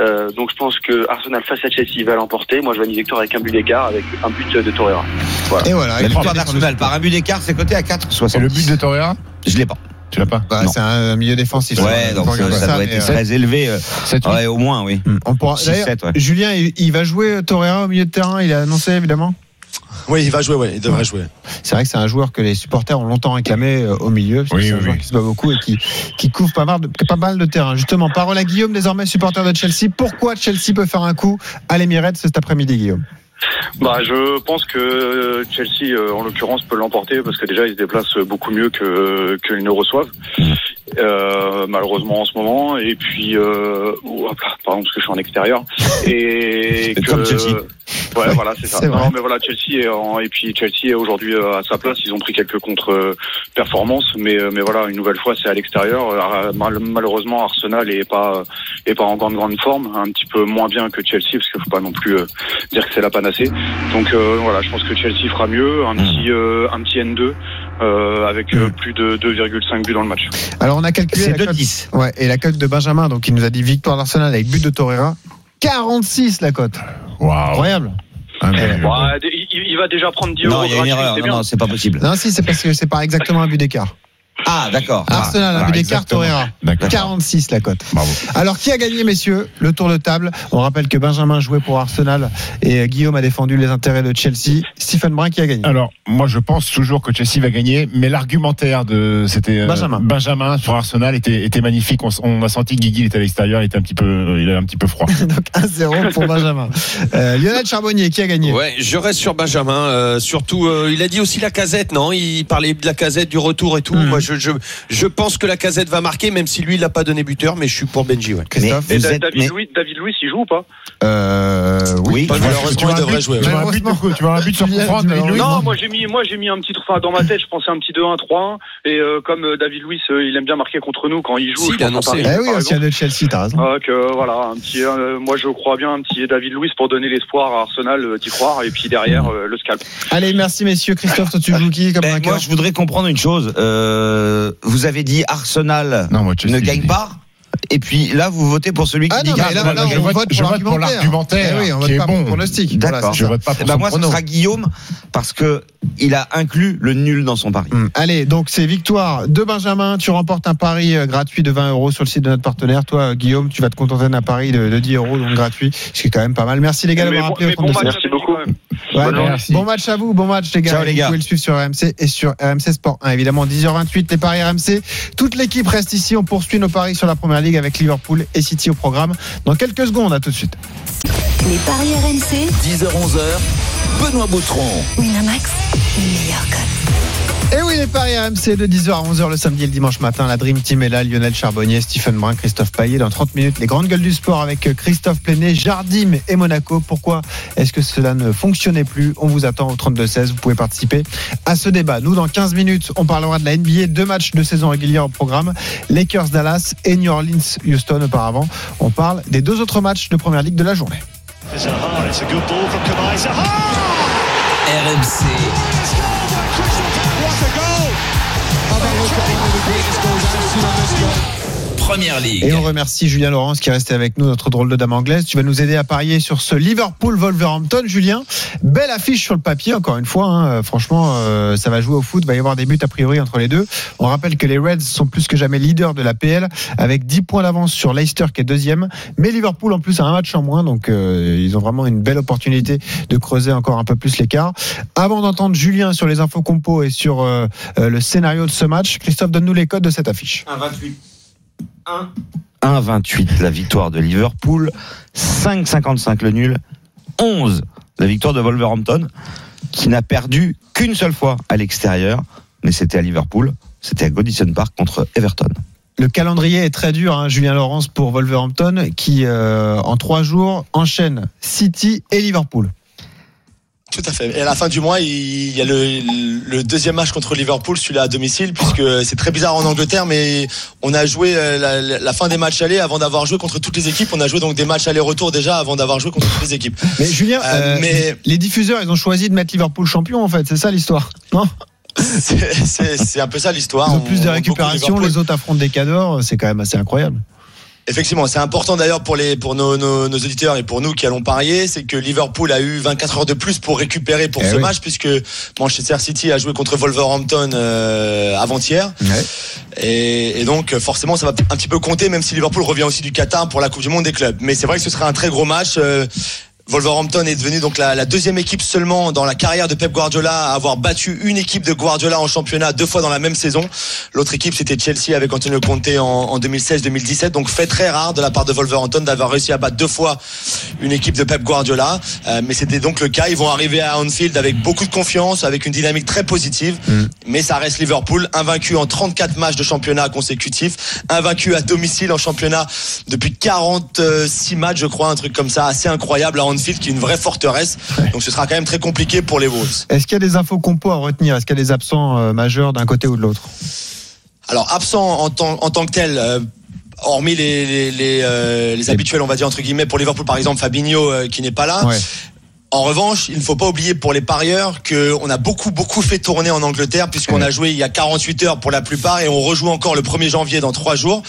S10: Euh, donc je pense que Arsenal face à Chelsea va l'emporter. Moi je vois une victoire avec un but d'écart, avec un but de Torreira.
S5: Et voilà.
S4: La
S5: il
S4: victoire
S5: perd
S4: d'Arsenal par un but d'écart, c'est coté à 4,60.
S6: Et le but de Torreira,
S4: Je l'ai pas.
S6: tu l'as pas
S5: Bah,
S4: Non.
S5: c'est un milieu défensif.
S4: Ouais,
S5: On
S4: donc
S5: peut
S4: ça,
S5: regarder
S4: ça doit
S5: mais,
S4: être
S5: euh,
S4: très élevé. euh,
S6: 7
S4: ouais, au moins, oui.
S5: on pourra- d'ailleurs,
S4: 6-7, ouais.
S5: Julien, il, il va jouer Torreira au milieu de terrain. Il a annoncé évidemment.
S8: Oui, il va jouer, ouais, il devrait jouer.
S5: C'est vrai que c'est un joueur que les supporters ont longtemps réclamé euh, au milieu. parce que
S6: Oui,
S5: c'est un
S6: oui,
S5: joueur
S6: oui.
S5: qui se bat beaucoup et qui, qui couvre pas mal, de, pas mal de terrain. Justement, parole à Guillaume, désormais supporter de Chelsea. Pourquoi Chelsea peut faire un coup à l'Emirates cet après-midi, Guillaume
S10: Bah, je pense que Chelsea, euh, en l'occurrence, peut l'emporter parce que déjà ils se déplacent beaucoup mieux que qu'ils ne reçoivent, euh, malheureusement en ce moment. Et puis, euh, oh, hop là, pardon parce que je suis en extérieur. Et que,
S4: comme Chelsea.
S10: ouais, voilà, c'est ça.
S5: c'est vrai.
S10: Non, mais voilà, Chelsea est en, et puis Chelsea est aujourd'hui euh, à sa place. Ils ont pris quelques contre-performances, mais euh, mais voilà, une nouvelle fois, c'est à l'extérieur. Euh, mal- malheureusement, Arsenal est pas est pas en grande grande forme, un petit peu moins bien que Chelsea parce qu'il faut pas non plus euh, dire que c'est la panacée. Donc euh, voilà, je pense que Chelsea fera mieux, un petit euh, un petit N2 euh, avec euh, plus de 2,5 buts dans le match.
S5: Alors, on a calculé
S4: C'est
S5: la cote.
S4: 2-10.
S5: Ouais, et la cote de Benjamin, donc il nous a dit victoire d'Arsenal avec but de Torreira. 46 la cote.
S6: Ah Waouh.
S5: Incroyable.
S6: Incroyable.
S10: Ouais, d- il, il va déjà prendre 10 euros.
S4: Non, il y a une
S10: gratuits,
S4: erreur.
S10: c'est
S4: Non,
S10: bien.
S4: non, c'est pas possible.
S5: Non, si, c'est parce que c'est pas exactement un but d'écart.
S4: Ah, d'accord.
S6: Ah,
S5: Arsenal, un
S6: ah,
S5: but d'écart,
S6: exactement.
S5: Torreira.
S6: D'accord.
S5: 46 la cote.
S6: Bravo.
S5: Alors, qui a gagné, messieurs Le tour de table. On rappelle que Benjamin jouait pour Arsenal et euh, Guillaume a défdu les intérêts de Chelsea. Stephen Brun qui a gagné.
S6: Alors, moi, je pense toujours que Chelsea va gagner, mais l'argumentaire de c'était euh,
S5: Benjamin.
S6: Benjamin sur Arsenal était, était magnifique. On, s- on a senti que Guigui était à l'extérieur, il était un petit peu, euh, il avait un petit peu froid.
S5: Donc 1-0 pour Benjamin. Euh, Lionel Charbonnier qui a gagné.
S7: Ouais, je reste
S8: Hmm.
S7: sur Benjamin. euh, surtout, euh, il a dit aussi la casette, non Il parlait de la casette, du retour et tout. Moi, je, je, je, je pense que la casette va marquer, même si lui, il n'a pas donné buteur, mais je suis pour Benji. Ouais.
S5: Christophe,
S4: mais
S10: Et
S4: vous
S10: Da-
S4: êtes,
S10: David,
S4: mais-
S10: Louis, David Louis, il joue ou pas
S5: Euh, oui.
S4: Oui,
S8: Malheureusement, il devrait jouer.
S6: Tu
S8: ouais.
S6: vois un but, du coup, tu vois un but sur
S5: Tu
S6: coup
S5: l'as-
S6: franc,
S5: tu l'as-
S6: David Luiz
S10: Non, moi j'ai mis, moi j'ai mis un petit, enfin dans ma tête, je pensais un petit 2-1, 3-1. Et euh, comme euh, David Louis, euh, il aime bien marquer contre nous quand il joue.
S7: Si,
S10: je
S7: il a
S10: pense hein. à Paris,
S7: annoncé.
S5: Eh
S10: par
S5: oui,
S10: exemple.
S5: ancien de Chelsea, t'as raison.
S10: Donc euh, voilà, un petit, euh, moi je crois bien un petit David Louis pour donner l'espoir à Arsenal euh, d'y croire et puis derrière euh, le scalp.
S5: Allez, merci messieurs. Christophe, toi tu
S6: Ah,
S5: joues qui comme
S4: Ben,
S5: vainqueur
S4: moi, je voudrais comprendre une chose. Euh, vous avez dit Arsenal
S6: Non, moi,
S4: ne
S6: Chelsea,
S4: gagne
S6: j'ai-
S4: pas, et puis là, vous votez pour celui qui
S5: Ah
S4: dit
S5: non,
S4: gagne.
S5: mais là, là,
S6: je
S5: on
S6: vote-
S5: vote
S6: je
S5: pour
S6: vote pour l'argumentaire,
S5: l'argumentaire. Eh oui, on
S6: qui
S5: vote
S6: est
S5: pas pour le
S6: bon.
S5: pronostic.
S4: D'accord.
S5: Voilà, c'est
S6: Je
S5: ça.
S6: vote pas pour
S4: Bah,
S6: son
S4: moi, ce
S6: prono.
S4: sera Guillaume parce que il a inclus le nul dans son pari.
S5: Hum. Allez, donc c'est victoire de Benjamin. Tu remportes un pari euh, gratuit de 20 euros sur le site de notre partenaire. Toi, euh, Guillaume, tu vas te contenter d'un pari de, de 10 euros, donc gratuit, ce qui est quand même pas mal. Merci les gars
S10: Mais
S5: d'avoir
S10: bon-
S5: appelé
S10: mais
S5: au
S10: bon match,
S5: 32.
S10: Merci beaucoup.
S5: Ouais,
S10: Bonne
S5: bon-
S6: journée.
S5: bon match à vous, bon match les gars.
S4: Ciao, les
S5: Vous
S4: gars.
S5: pouvez le suivre sur RMC et sur RMC Sport 1 évidemment 10h28 les paris RMC. Toute l'équipe reste ici, on poursuit nos paris sur la première ligue avec Liverpool et City au programme dans quelques secondes, à tout de suite.
S3: Les paris RMC,
S2: 10h-11h, Benoît Boutron.
S3: Winamax, les meilleurs codes.
S5: Et oui les paris RMC de 10h à 11h le samedi et le dimanche matin, la Dream Team est là, Lionel Charbonnier, Stephen Brun, Christophe Payet dans 30 minutes les grandes gueules du sport avec Christophe Plenet, Jardim et Monaco. Pourquoi est-ce que cela ne fonctionnait plus On vous attend au 32-16, vous pouvez participer à ce débat. Nous, dans 15 minutes, on parlera de la NBA, deux matchs de saison régulière au programme, Lakers Dallas et New Orleans Houston auparavant. On parle des deux autres matchs de première ligue de la journée.
S2: RMC. Première Ligue.
S5: Et on remercie Julien Laurence qui est resté avec nous, notre drôle de dame anglaise. Tu vas nous aider à parier sur ce Liverpool-Wolverhampton, Julien. Belle affiche sur le papier, encore une fois. hein. Franchement, euh, ça va jouer au foot. va y avoir des buts a priori entre les deux. On rappelle que les Reds sont plus que jamais leaders de la PL avec 10 points d'avance sur Leicester qui est deuxième. Mais Liverpool en plus a un match en moins, donc euh, ils ont vraiment une belle opportunité de creuser encore un peu plus l'écart. Avant d'entendre Julien sur les infos compos et sur euh, euh, le scénario de ce match, Christophe, donne-nous les codes de cette affiche.
S4: 1,28 la victoire de Liverpool, 5,55 le nul, 11 la victoire de Wolverhampton, qui n'a perdu qu'une seule fois à l'extérieur, mais c'était à Liverpool, c'était à Godison Park contre Everton.
S5: Le calendrier est très dur, hein, Julien Laurence, pour Wolverhampton, qui euh, en trois jours enchaîne City et Liverpool.
S8: Tout à fait. Et à la fin du mois, il y a le, le deuxième match contre Liverpool, celui-là à domicile, puisque c'est très bizarre en Angleterre, mais on a joué euh, la, la- la fin des matchs aller avant d'avoir joué contre toutes les équipes. On a joué donc des matchs aller-retour déjà avant d'avoir joué contre toutes les équipes.
S5: Mais Julien,
S8: Euh,
S5: euh, *laughs*
S8: mais-
S5: les diffuseurs, ils ont choisi de mettre Liverpool champion, en fait, c'est ça l'histoire. Non
S8: C'est- C'est c'est un peu ça l'histoire.
S5: Ils ont
S8: Ah, On-
S5: plus de
S8: on-
S5: récupération,
S8: beaucoup Liverpool.
S5: les autres affrontent des cadors, c'est quand même assez incroyable.
S8: Effectivement, c'est important d'ailleurs pour les pour nos, nos, nos auditeurs et pour nous qui allons parier, c'est que Liverpool a eu 24 heures de plus pour récupérer pour
S5: Eh
S8: ce
S5: oui.
S8: match puisque Manchester City a joué contre Wolverhampton euh, avant-hier. Et, et donc euh, forcément ça va un petit peu compter même si Liverpool revient aussi du Qatar pour la Coupe du Monde des clubs. Mais c'est vrai que ce sera un très gros match. euh, Wolverhampton est devenu donc la, la deuxième équipe seulement dans la carrière de Pep Guardiola à avoir battu une équipe de Guardiola en championnat deux fois dans la même saison. L'autre équipe c'était Chelsea avec Antonio Conte en, en 2016-2017. Donc fait très rare de la part de Wolverhampton d'avoir réussi à battre deux fois une équipe de Pep Guardiola. Euh, mais c'était donc le cas. Ils vont arriver à Anfield avec beaucoup de confiance, avec une dynamique très positive. Mais ça reste Liverpool, invaincu en 34 matchs de championnat consécutifs, invaincu à domicile en championnat depuis 46 matchs, je crois, un truc comme ça, assez incroyable à Anfield, qui est une vraie forteresse. Donc ce sera quand même très compliqué pour les Wolves.
S5: Est-ce qu'il y a des infos compos à retenir Est-ce qu'il y a des absents euh, majeurs d'un côté ou de l'autre
S8: Alors absent en tant, en tant que tel. euh, Hormis les, les, les, euh, les habituels, on va dire entre guillemets, pour Liverpool par exemple, Fabinho euh, qui n'est pas là.
S5: Ouais.
S8: En revanche, il ne faut pas oublier pour les parieurs que on a beaucoup beaucoup fait tourner en Angleterre puisqu'on a joué il y a 48 heures pour la plupart et on rejoue encore le 1er janvier dans trois jours.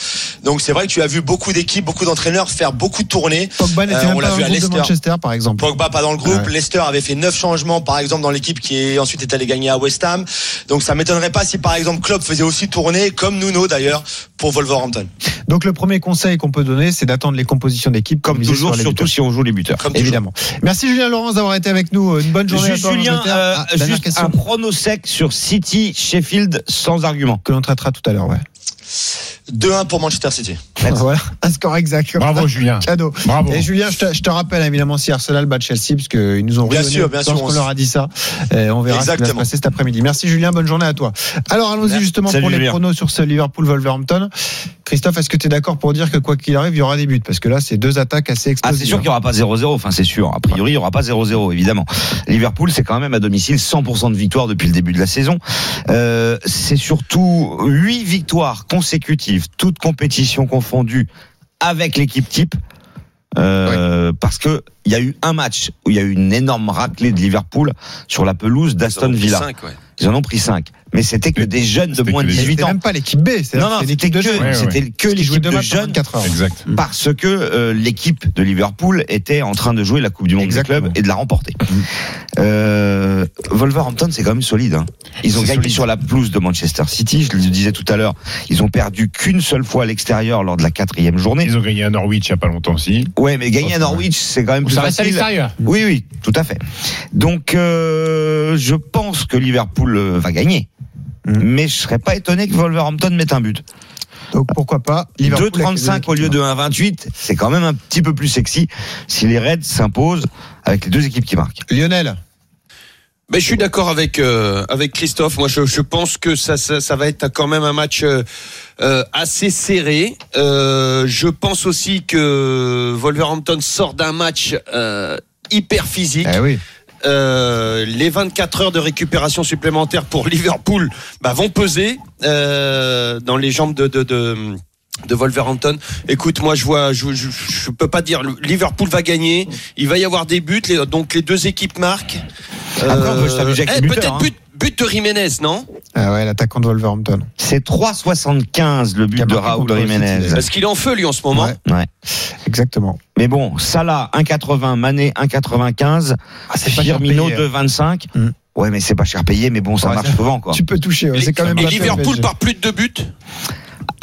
S8: Donc c'est vrai que tu as vu beaucoup d'équipes, beaucoup d'entraîneurs faire beaucoup de tournées.
S5: Pogba n'était
S8: Euh,
S5: même
S8: on
S5: pas
S8: l'a
S5: dans
S8: vu
S5: le
S8: à
S5: groupe de
S8: Leicester.
S5: Manchester, par exemple.
S8: Pogba pas dans le groupe.
S5: Ouais.
S8: Leicester avait fait neuf changements, par exemple, dans l'équipe qui est ensuite est allée gagner à West Ham. Donc ça m'étonnerait pas si, par exemple, Klopp faisait aussi tourner, comme Nuno d'ailleurs, pour Wolverhampton.
S5: Donc le premier conseil qu'on peut donner, c'est d'attendre les compositions d'équipe.
S4: Comme
S5: miser
S4: toujours,
S5: sur les
S4: surtout
S5: buteurs.
S4: si on joue les buteurs.
S8: Comme toujours.
S5: Évidemment. Merci Julien Laurence d'avoir été avec nous. Une bonne journée
S4: Juste,
S5: à toi. en
S4: Julien,
S5: Angleterre.
S4: euh,
S5: Ah, dernière
S4: juste
S5: question.
S4: un pronostic sur City, Sheffield, sans argument.
S5: que l'on traitera tout à l'heure. Ouais.
S8: 2-1 pour Manchester City.
S5: *laughs* Voilà, un score exact. comme
S6: Bravo,
S5: ça.
S6: Julien.
S5: Cadeau.
S6: Bravo.
S5: Et Julien, je te, je te rappelle évidemment si Arsenal bat Chelsea, parce qu'ils nous ont
S8: Bien
S5: rayonné
S8: sûr, bien sûr,
S5: lorsqu'on
S8: on s-
S5: leur a dit ça. Et on verra ce qui va se
S8: Exactement.
S5: passer cet après-midi. Merci Julien, bonne journée à toi. Alors allons-y justement
S4: Salut,
S5: pour les
S4: Julien.
S5: pronos sur ce Liverpool-Wolverhampton. Christophe, est-ce que tu es d'accord pour dire que quoi qu'il arrive, il y aura des buts Parce que là, c'est deux attaques assez
S4: Ah,
S5: explosives.
S4: c'est sûr qu'il n'y aura pas 0-0, enfin c'est sûr. A priori, il n'y aura pas 0-0, évidemment. Liverpool, c'est quand même à domicile 100% de victoire depuis le début de la saison. Euh, c'est surtout 8 victoires consécutives, toutes compétitions confondues, avec l'équipe type. Euh, Parce que il y a eu un match où il y a eu une énorme raclée de Liverpool sur la pelouse d'Aston Villa.
S7: Cinq, ouais.
S4: Ils en ont pris 5. Mais c'était que des jeunes de
S6: C'était
S4: moins
S6: que
S4: de
S6: des-
S5: C'était
S4: 18 ans.
S5: même pas l'équipe B, c'est
S4: Non, non,
S5: l'équipe
S4: c'était
S5: de
S4: que,
S5: jeunes.
S6: Ouais, ouais.
S4: c'était que
S5: Qui jouait
S4: l'équipe
S5: deux
S4: de
S5: matchs en
S4: jeunes
S5: 24 heures.
S6: Exact.
S4: parce que euh, l'équipe de Liverpool était en train de jouer la Coupe du Monde des
S5: Exactement.
S4: clubs et de la remporter.
S6: Mm.
S4: Euh, Wolverhampton, c'est quand même solide. hein. Ils ont
S6: C'est
S4: gagné
S6: solide.
S4: sur la pelouse de Manchester City. Je le disais tout à l'heure, ils ont perdu qu'une seule fois à l'extérieur lors de la quatrième journée.
S6: Ils ont gagné à Norwich il n'y a pas longtemps aussi.
S4: Ouais, mais gagner à Norwich, c'est quand même plus
S6: Oh, Ça reste à
S4: facile.
S6: l'extérieur.
S4: Oui, oui, tout à fait. Donc, euh, je pense que Liverpool euh, va gagner.
S6: Mm.
S5: Mhm.
S4: Mais je serais pas étonné que Wolverhampton mette un but.
S5: Donc pourquoi pas Liverpool avec les deux
S4: 2,35
S5: équipes. hein.
S4: au lieu de 1,28, c'est quand même un petit peu plus sexy si les Reds s'imposent avec les deux équipes qui marquent.
S5: Lionel,
S7: Mais Ben, je suis d'accord avec euh, avec Christophe. Moi, je, je pense que ça, ça ça va être quand même un match euh, euh, assez serré. Euh, je pense aussi que Wolverhampton sort d'un match euh, hyper physique.
S5: eh oui.
S7: Euh, les 24 heures de récupération supplémentaire pour Liverpool bah, vont peser euh, dans les jambes de, de, de, de Wolverhampton. Écoute, moi je vois, je, je, je peux pas dire. Liverpool va gagner. Il va y avoir des buts. les- donc les deux équipes marquent.
S5: Euh,
S4: Après, on peut s'amuser avec
S7: eh,
S4: les buteurs, hein.
S7: Peut-être but, but de Jiménez, non
S5: Ah ouais, l'attaquant de Wolverhampton.
S4: C'est 3,75 le
S5: Qui a
S4: but de
S5: marqué
S4: Raúl
S5: contre
S4: Jiménez.
S5: City,
S7: Parce qu'il est en feu lui en ce moment.
S5: Ouais,
S4: Ouais.
S5: exactement.
S4: Mais bon, Salah 1,80, Mané 1,95,
S5: Ah, c'est pas cher
S4: Firmino
S5: payé, hein.
S4: 2,25.
S5: Mhm.
S4: Ouais, mais c'est pas cher payé, mais bon, ça
S5: Ouais,
S4: marche
S5: ça-
S4: souvent quoi.
S5: Tu peux toucher, ouais,
S7: Et-
S5: c'est quand même
S7: Et
S5: pas cher,
S7: Liverpool
S5: PSG.
S7: par plus de deux buts,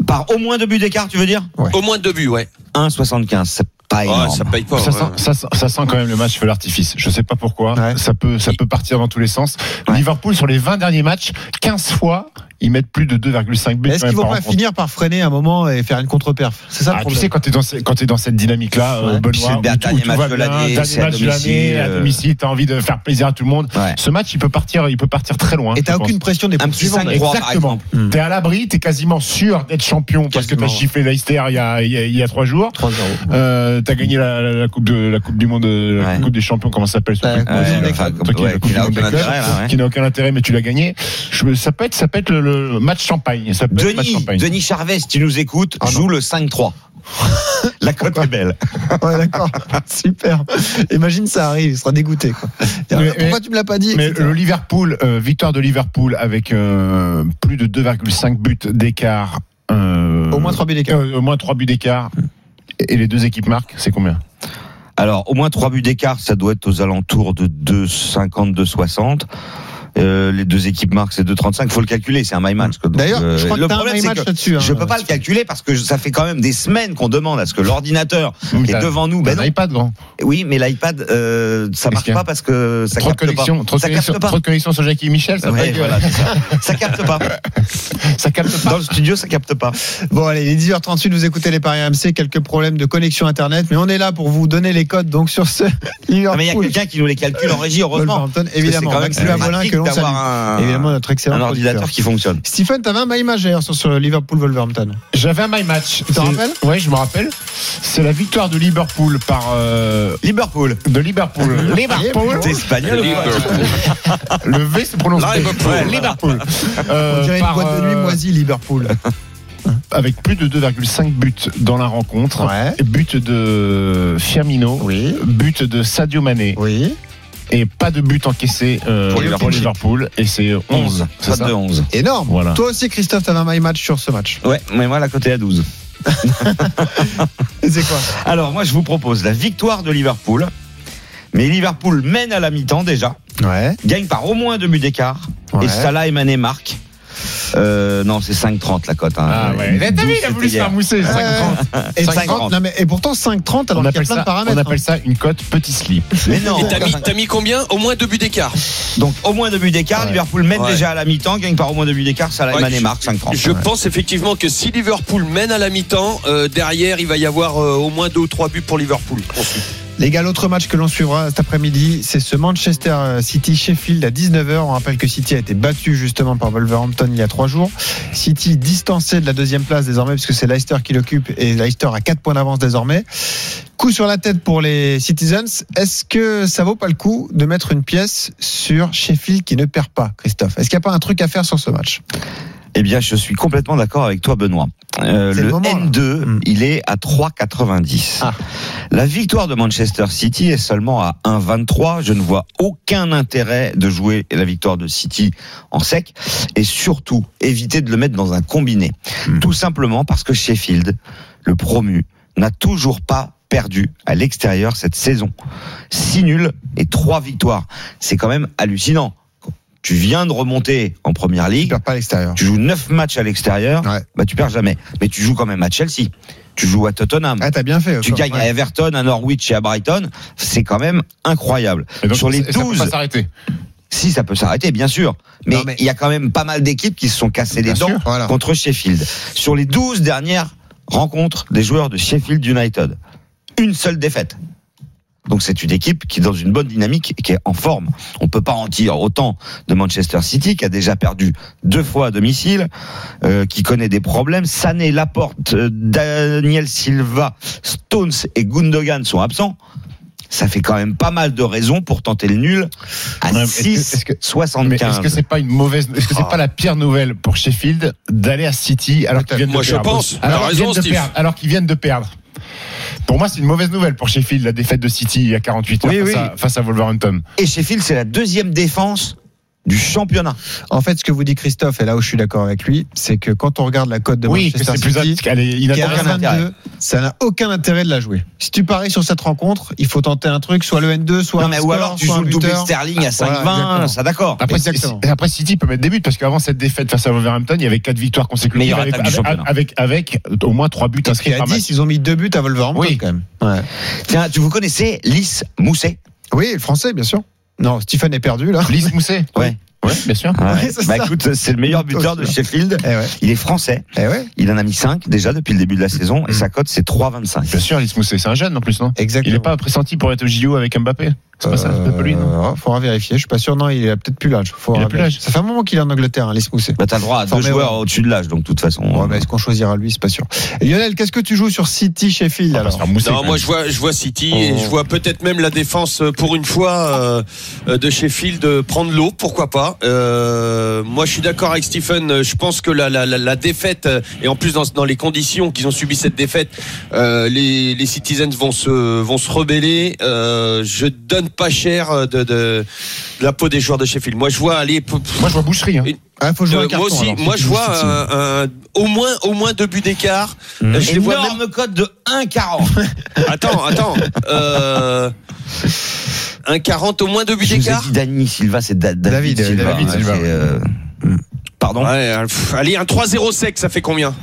S4: Par au moins deux buts d'écart, tu veux dire
S5: Ouais.
S7: au moins deux buts, ouais.
S4: 1,75, c'est pas
S7: Ah,
S4: énorme.
S7: ça paye pas.
S6: ça,
S7: ouais.
S6: sent, ça sent- ça sent quand même le match feu l'artifice. Je sais pas pourquoi.
S5: Ouais.
S6: Ça peut, ça peut partir dans tous les sens.
S4: Ouais.
S6: Liverpool sur les 20 derniers matchs, 15 fois, ils mettent plus de 2,5 buts.
S5: Mais Est-ce
S6: quand même
S5: qu'ils vont
S6: par
S5: pas
S6: rencontre.
S5: finir par freiner un moment et faire une contre-perf C'est ça le
S6: Ah, tu
S5: problème.
S6: sais quand t'es dans ce- quand t'es dans cette dynamique là,
S5: Ouais.
S4: Puis c'est
S6: Benoît,
S4: le
S6: où
S4: dernier
S6: tout- où tout
S4: match
S6: va
S4: de
S6: bien,
S4: l'année,
S6: dernier
S4: c'est à
S6: match de l'année,
S4: domicile,
S6: à
S4: euh.
S6: domicile, t'as envie de faire plaisir à tout le monde.
S4: Ouais.
S6: Ce match, il peut partir, il peut partir très loin.
S5: Et
S6: je
S5: t'as
S6: pense.
S5: aucune pression des
S4: Un petit
S5: poursuivants. Hmm.
S4: 5-3
S5: d'ailleurs.
S4: par
S6: Exactement.
S4: exemple.
S6: T'es à l'abri, t'es quasiment sûr d'être champion parce que t'as
S5: Quasiment.
S6: giflé Leicester il y a, il y a- il y a trois jours.
S5: 3-0.
S6: Euh,
S5: *laughs*
S6: t'as gagné la, la- la coupe de la coupe du monde, euh, la
S4: Ouais.
S6: coupe des champions, comment ça s'appelle ce
S5: Ouais,
S6: truc
S5: ouais,
S6: Vas-y,
S5: ouais,
S6: la-
S4: enfin,
S6: le
S4: comme-
S6: truc qui-
S4: ouais,
S6: la coupe
S4: qui
S6: du
S4: n'a
S6: monde
S4: aucun
S6: des clubs,
S4: intérêt, là, hein, ouais.
S6: qui n'a aucun intérêt, mais tu l'as gagné. Je- ça peut être ça peut être le, le match champagne. Ça peut être le match
S4: Denis,
S6: champagne.
S4: Denis Charvet, si tu nous écoutes,
S5: Ah, non.
S4: joue le
S5: *laughs*
S4: 5-3. La cote est belle.
S5: Ah Ouais, d'accord. *laughs* Super. Imagine ça arrive, il sera dégoûté. Quoi. Il dira,
S6: Mais-
S5: Pourquoi tu me l'as pas dit
S6: Mais
S5: etc.
S6: le Liverpool, euh, victoire de Liverpool avec euh, plus de 2,5 buts d'écart. euh,
S5: Au moins 3 buts d'écart.
S6: euh, au moins 3 buts d'écart. Et les deux équipes marquent, c'est combien
S4: Alors, au moins 3 buts d'écart, ça doit être aux alentours de 2,50, 2,60. Euh, les deux équipes marquent, c'est 2,35. faut le calculer, c'est un my match. quoi. Donc,
S5: D'ailleurs, je
S4: euh,
S5: crois que
S4: le
S5: t'as un
S4: problème,
S5: my
S4: c'est
S5: match
S4: que
S5: là-dessus.
S4: je
S5: hein,
S4: peux pas le calculer parce que je- ça fait quand même des semaines qu'on demande à ce que l'ordinateur est devant nous. Ben non.
S6: iPad, grand.
S4: Oui, mais l'iPad, euh, ça
S6: Qu'est-ce
S4: marche
S6: qu'il y a
S4: pas parce que ça
S6: Trop de
S4: capte pas.
S6: connexions, trop de
S4: Ça capte
S6: connexions
S4: pas.
S6: trop de connexions sur Jackie et Michel, ça,
S4: Ouais,
S6: fait que-
S4: voilà, c'est ça. ça capte pas.
S6: ça capte pas.
S4: Dans le studio, ça capte pas.
S5: Bon, allez, les 10h38, vous écoutez les Paris RMC, quelques problèmes de connexion Internet, mais on est là pour vous donner les codes. Donc sur ce,
S4: Ah, mais il y a
S5: Liverpool,
S4: quelqu'un qui nous les calcule en régie, heureusement.
S5: Wolverhampton,
S4: Parce que
S5: Bah, évidemment,
S4: c'est quand même
S5: Maxime Amoulin
S4: pratique
S5: que l'on
S4: d'avoir
S5: salue.
S4: un-
S5: Évidemment, notre excellent
S4: un ordinateur
S5: producteur.
S4: qui fonctionne.
S5: Stephen, t'avais un my match d'ailleurs sur ce Liverpool-Wolverhampton.
S6: J'avais un my match.
S5: Tu t'en rappelles
S6: Oui, je me rappelle. C'est la victoire de Liverpool par euh,
S4: Liverpool.
S6: de Liverpool. Liverpool.
S4: T'es espagnol ou quoi
S5: Euh,
S6: Le V se prononce. B.
S7: Liverpool.
S6: Ouais, Liverpool. Euh,
S5: On dirait une
S6: par,
S5: boîte de nuit
S6: euh, *laughs*
S5: moisie, Liverpool.
S6: avec plus de 2,5 buts dans la rencontre.
S5: Ouais.
S6: But de Firmino,
S5: Oui.
S6: but de Sadio Mané
S5: Oui.
S6: et pas de but encaissé euh,
S4: Pour
S6: pour,
S4: Liverpool.
S6: Liverpool, et c'est 11.
S4: 11.
S6: c'est
S4: Pas
S6: ça
S4: de 11.
S5: Énorme.
S6: Voilà.
S5: Toi aussi, Christophe, t'avais un my match sur ce match.
S4: Ouais, mais moi, la côté à 12.
S5: Et C'est quoi
S4: Alors, moi, je vous propose la victoire de Liverpool. Mais Liverpool mène à la mi-temps déjà,
S5: Ouais.
S4: gagne par au moins deux buts d'écart.
S5: Ouais.
S4: Et Salah et Mané marquent. Euh, non, c'est 5,30 la cote. hein.
S6: Ah ouais. Mais T'as vu, il a
S4: C'était
S6: voulu se
S4: hier.
S6: faire mousser. 5,30.
S5: Et,
S4: 5,30.
S5: 30, non, mais- et pourtant 5,30 alors
S6: On
S5: qu'il y a
S6: appelle,
S5: plein de
S6: ça,
S5: paramètres.
S6: on
S5: hein.
S6: appelle ça une cote petit slip.
S4: Mais non.
S7: Et t'as mis, t'as mis combien Au moins deux buts d'écart.
S4: Donc au moins deux buts d'écart,
S6: Ouais.
S4: Liverpool mène
S7: Ouais.
S4: déjà à la mi-temps, gagne par au moins deux buts d'écart, ça
S7: Ouais,
S4: et
S7: je-
S4: marque 5-30.
S7: Je
S4: Ouais.
S7: pense effectivement que si Liverpool mène à la mi-temps, euh, derrière, il va y avoir euh, au moins deux ou trois buts pour Liverpool. Ensuite.
S5: Les gars, l'autre match que l'on suivra cet après-midi, c'est ce Manchester City Sheffield à 19h. On rappelle que City a été battu justement par Wolverhampton il y a trois jours. City distancé de la deuxième place désormais puisque c'est Leicester qui l'occupe et Leicester a 4 points d'avance désormais. Coup sur la tête pour les Citizens. Est-ce que ça vaut pas le coup de mettre une pièce sur Sheffield qui ne perd pas, Christophe Est-ce qu'il n'y a pas un truc à faire sur ce match
S4: Eh bien, je suis complètement d'accord avec toi, Benoît. Euh,
S5: C'est
S4: le
S5: le moment, là.
S4: N2,
S5: Mm.
S4: il est à 3,90.
S5: Ah.
S4: La victoire de Manchester City est seulement à 1,23. Je ne vois aucun intérêt de jouer la victoire de City en sec et surtout éviter de le mettre dans un combiné.
S5: Hmm.
S4: Tout simplement parce que Sheffield, le promu, n'a toujours pas perdu à l'extérieur cette saison. 6 nuls et 3 victoires. C'est quand même hallucinant. Tu viens de remonter en première
S5: Il ne
S4: ligue.
S5: perd pas à l'extérieur.
S4: Tu joues 9 matchs à l'extérieur,
S5: Ouais.
S4: bah tu perds jamais. Mais tu joues quand même à Chelsea, tu joues à Tottenham,
S5: Ah, t'as bien fait.
S4: tu
S5: Oshon.
S4: gagnes à
S5: Ouais.
S4: Everton, à Norwich et à Brighton, c'est quand même incroyable.
S6: Et donc,
S4: Sur les
S6: ça- ça peut
S4: 12,
S6: pas s'arrêter.
S4: si ça peut s'arrêter, bien sûr, mais
S5: Non,
S4: il
S5: mais-
S4: y a quand même pas mal d'équipes qui se sont cassées les dents
S5: Bien sûr, voilà.
S4: contre Sheffield. Sur les 12 dernières rencontres des joueurs de Sheffield United, une seule défaite. Donc c'est une équipe qui est dans une bonne dynamique et qui est en forme. On peut pas en dire autant de Manchester City qui a déjà perdu deux fois à domicile, euh, qui connaît des problèmes. Sané, Laporte, euh, Daniel Silva, Stones et Gundogan sont absents. Ça fait quand même pas mal de raisons pour tenter le nul à
S6: Ouais, mais est-ce que- est-ce que- Mais est-ce que
S4: 6,75.
S6: c'est pas une mauvaise, est-ce que c'est
S4: Ah.
S6: pas la pire nouvelle pour Sheffield d'aller à City alors qu'ils viennent
S7: Moi,
S6: de
S7: je
S6: perdre
S7: pense.
S6: Alors
S7: T'as
S6: qu'ils viennent
S7: raison,
S6: de
S7: Steve.
S6: perdre. Alors qu'ils viennent de perdre. Pour moi, c'est une mauvaise nouvelle pour Sheffield, la défaite de City il y a 48 heures
S4: Oui,
S6: face,
S4: oui.
S6: À, face à Wolverhampton.
S4: Et Sheffield, c'est la deuxième défense du championnat.
S5: En fait, ce que vous dit Christophe, et là où je suis d'accord avec lui, c'est que quand on regarde la cote de
S6: oui, que
S5: Manchester
S6: c'est plus
S5: City,
S6: qu'elle est
S5: qui est à
S6: inattendue.
S4: aucun intérêt.
S5: 22, ça n'a aucun intérêt de la jouer. Si tu paries sur cette rencontre, il faut tenter un truc, soit le N2, soit
S4: Non,
S5: un
S4: mais, ou
S5: score,
S4: alors tu
S5: soit
S4: joues
S5: un
S4: le doublé de
S5: buteur.
S4: Sterling à 5,20,
S5: exactement.
S4: ça d'accord.
S6: Ah, Après,
S5: Exactement.
S6: c'est- après, City peut mettre des buts parce qu'avant cette défaite face à Wolverhampton, il y avait quatre victoires consécutives
S4: Meilleure
S6: avec,
S4: attaque du
S6: avec,
S4: championnat.
S6: avec, avec au moins trois buts
S5: Parce
S6: inscrits
S5: qu'à
S6: par
S5: 10,
S6: match.
S5: ils ont mis deux buts à Wolverhampton
S6: Oui.
S5: quand même.
S4: Tiens, tu vous connaissez Lys Mousset
S5: Oui, le français, bien sûr. Non, Stephen est perdu là.
S6: Lise Mousset.
S4: Ouais.
S6: *laughs* Ouais, bien sûr.
S5: Ouais, c'est
S4: Bah
S5: ça.
S4: écoute, c'est le meilleur buteur de Sheffield.
S5: *laughs* Eh ouais,
S4: Il est français.
S5: eh ouais,
S4: Il en a mis 5 déjà depuis le début de la saison
S6: Mm.
S4: et sa cote c'est 3,25.
S6: Bien sûr, Lise Mousset. C'est un jeune en plus, non Il
S5: exactement.
S6: n'est pas pressenti pour être au JO avec Mbappé. C'est pas ça, c'est pas lui, non
S5: Euh, faudra vérifier. Je suis pas sûr. Non, il a peut-être plus l'âge. Faudra
S6: Il a plus
S5: vérifier.
S6: l'âge.
S5: Ça fait un moment qu'il est en Angleterre, hein, laisse mousser.
S4: Bah t'as le droit à deux
S5: Formé,
S4: joueurs
S5: ouais.
S4: au-dessus de l'âge, donc de toute façon.
S6: Mmh.
S5: Ouais, mais est-ce qu'on choisira lui C'est pas sûr. Et Lionel, qu'est-ce que tu joues sur City
S6: On
S5: Sheffield
S6: va
S5: alors
S6: se faire mousser,
S7: Non,
S6: quand
S7: moi
S6: même.
S7: je vois, je vois City et je vois peut-être même la défense euh, pour une fois euh, euh, de Sheffield euh, prendre l'eau, pourquoi pas. Euh, moi je suis d'accord avec Stephen, euh, je pense que la, la, la, la défaite, euh, et en plus dans, dans les conditions qu'ils ont subi cette défaite, euh, les, les Citizens vont se, vont se rebeller. Euh, je donne pas cher euh, de, de, de la peau des joueurs de Sheffield. Moi je vois aller... p- p-
S6: Moi, je vois boucherie. hein.
S5: Ah, faut jouer
S7: euh,
S5: un carton.
S7: moi aussi,
S5: alors, si
S7: moi
S5: tu
S7: je
S5: joues
S7: vois euh,
S5: City.
S7: un- un- au moins au moins deux buts d'écart. Euh, Je les vois même
S4: Énorme cote de 1,40.
S7: Attends, attends. Euh, un 40 au moins de buts
S4: Je vous ai
S7: d'écart
S4: dit Dani Silva, c'est Da- David,
S5: David, euh,
S4: Silva.
S5: David
S4: hein,
S6: Silva,
S4: c'est,
S6: ouais.
S4: euh, hmm. Pardon
S7: Ouais, pff, Euh, allez, un 3-0 sec, ça fait combien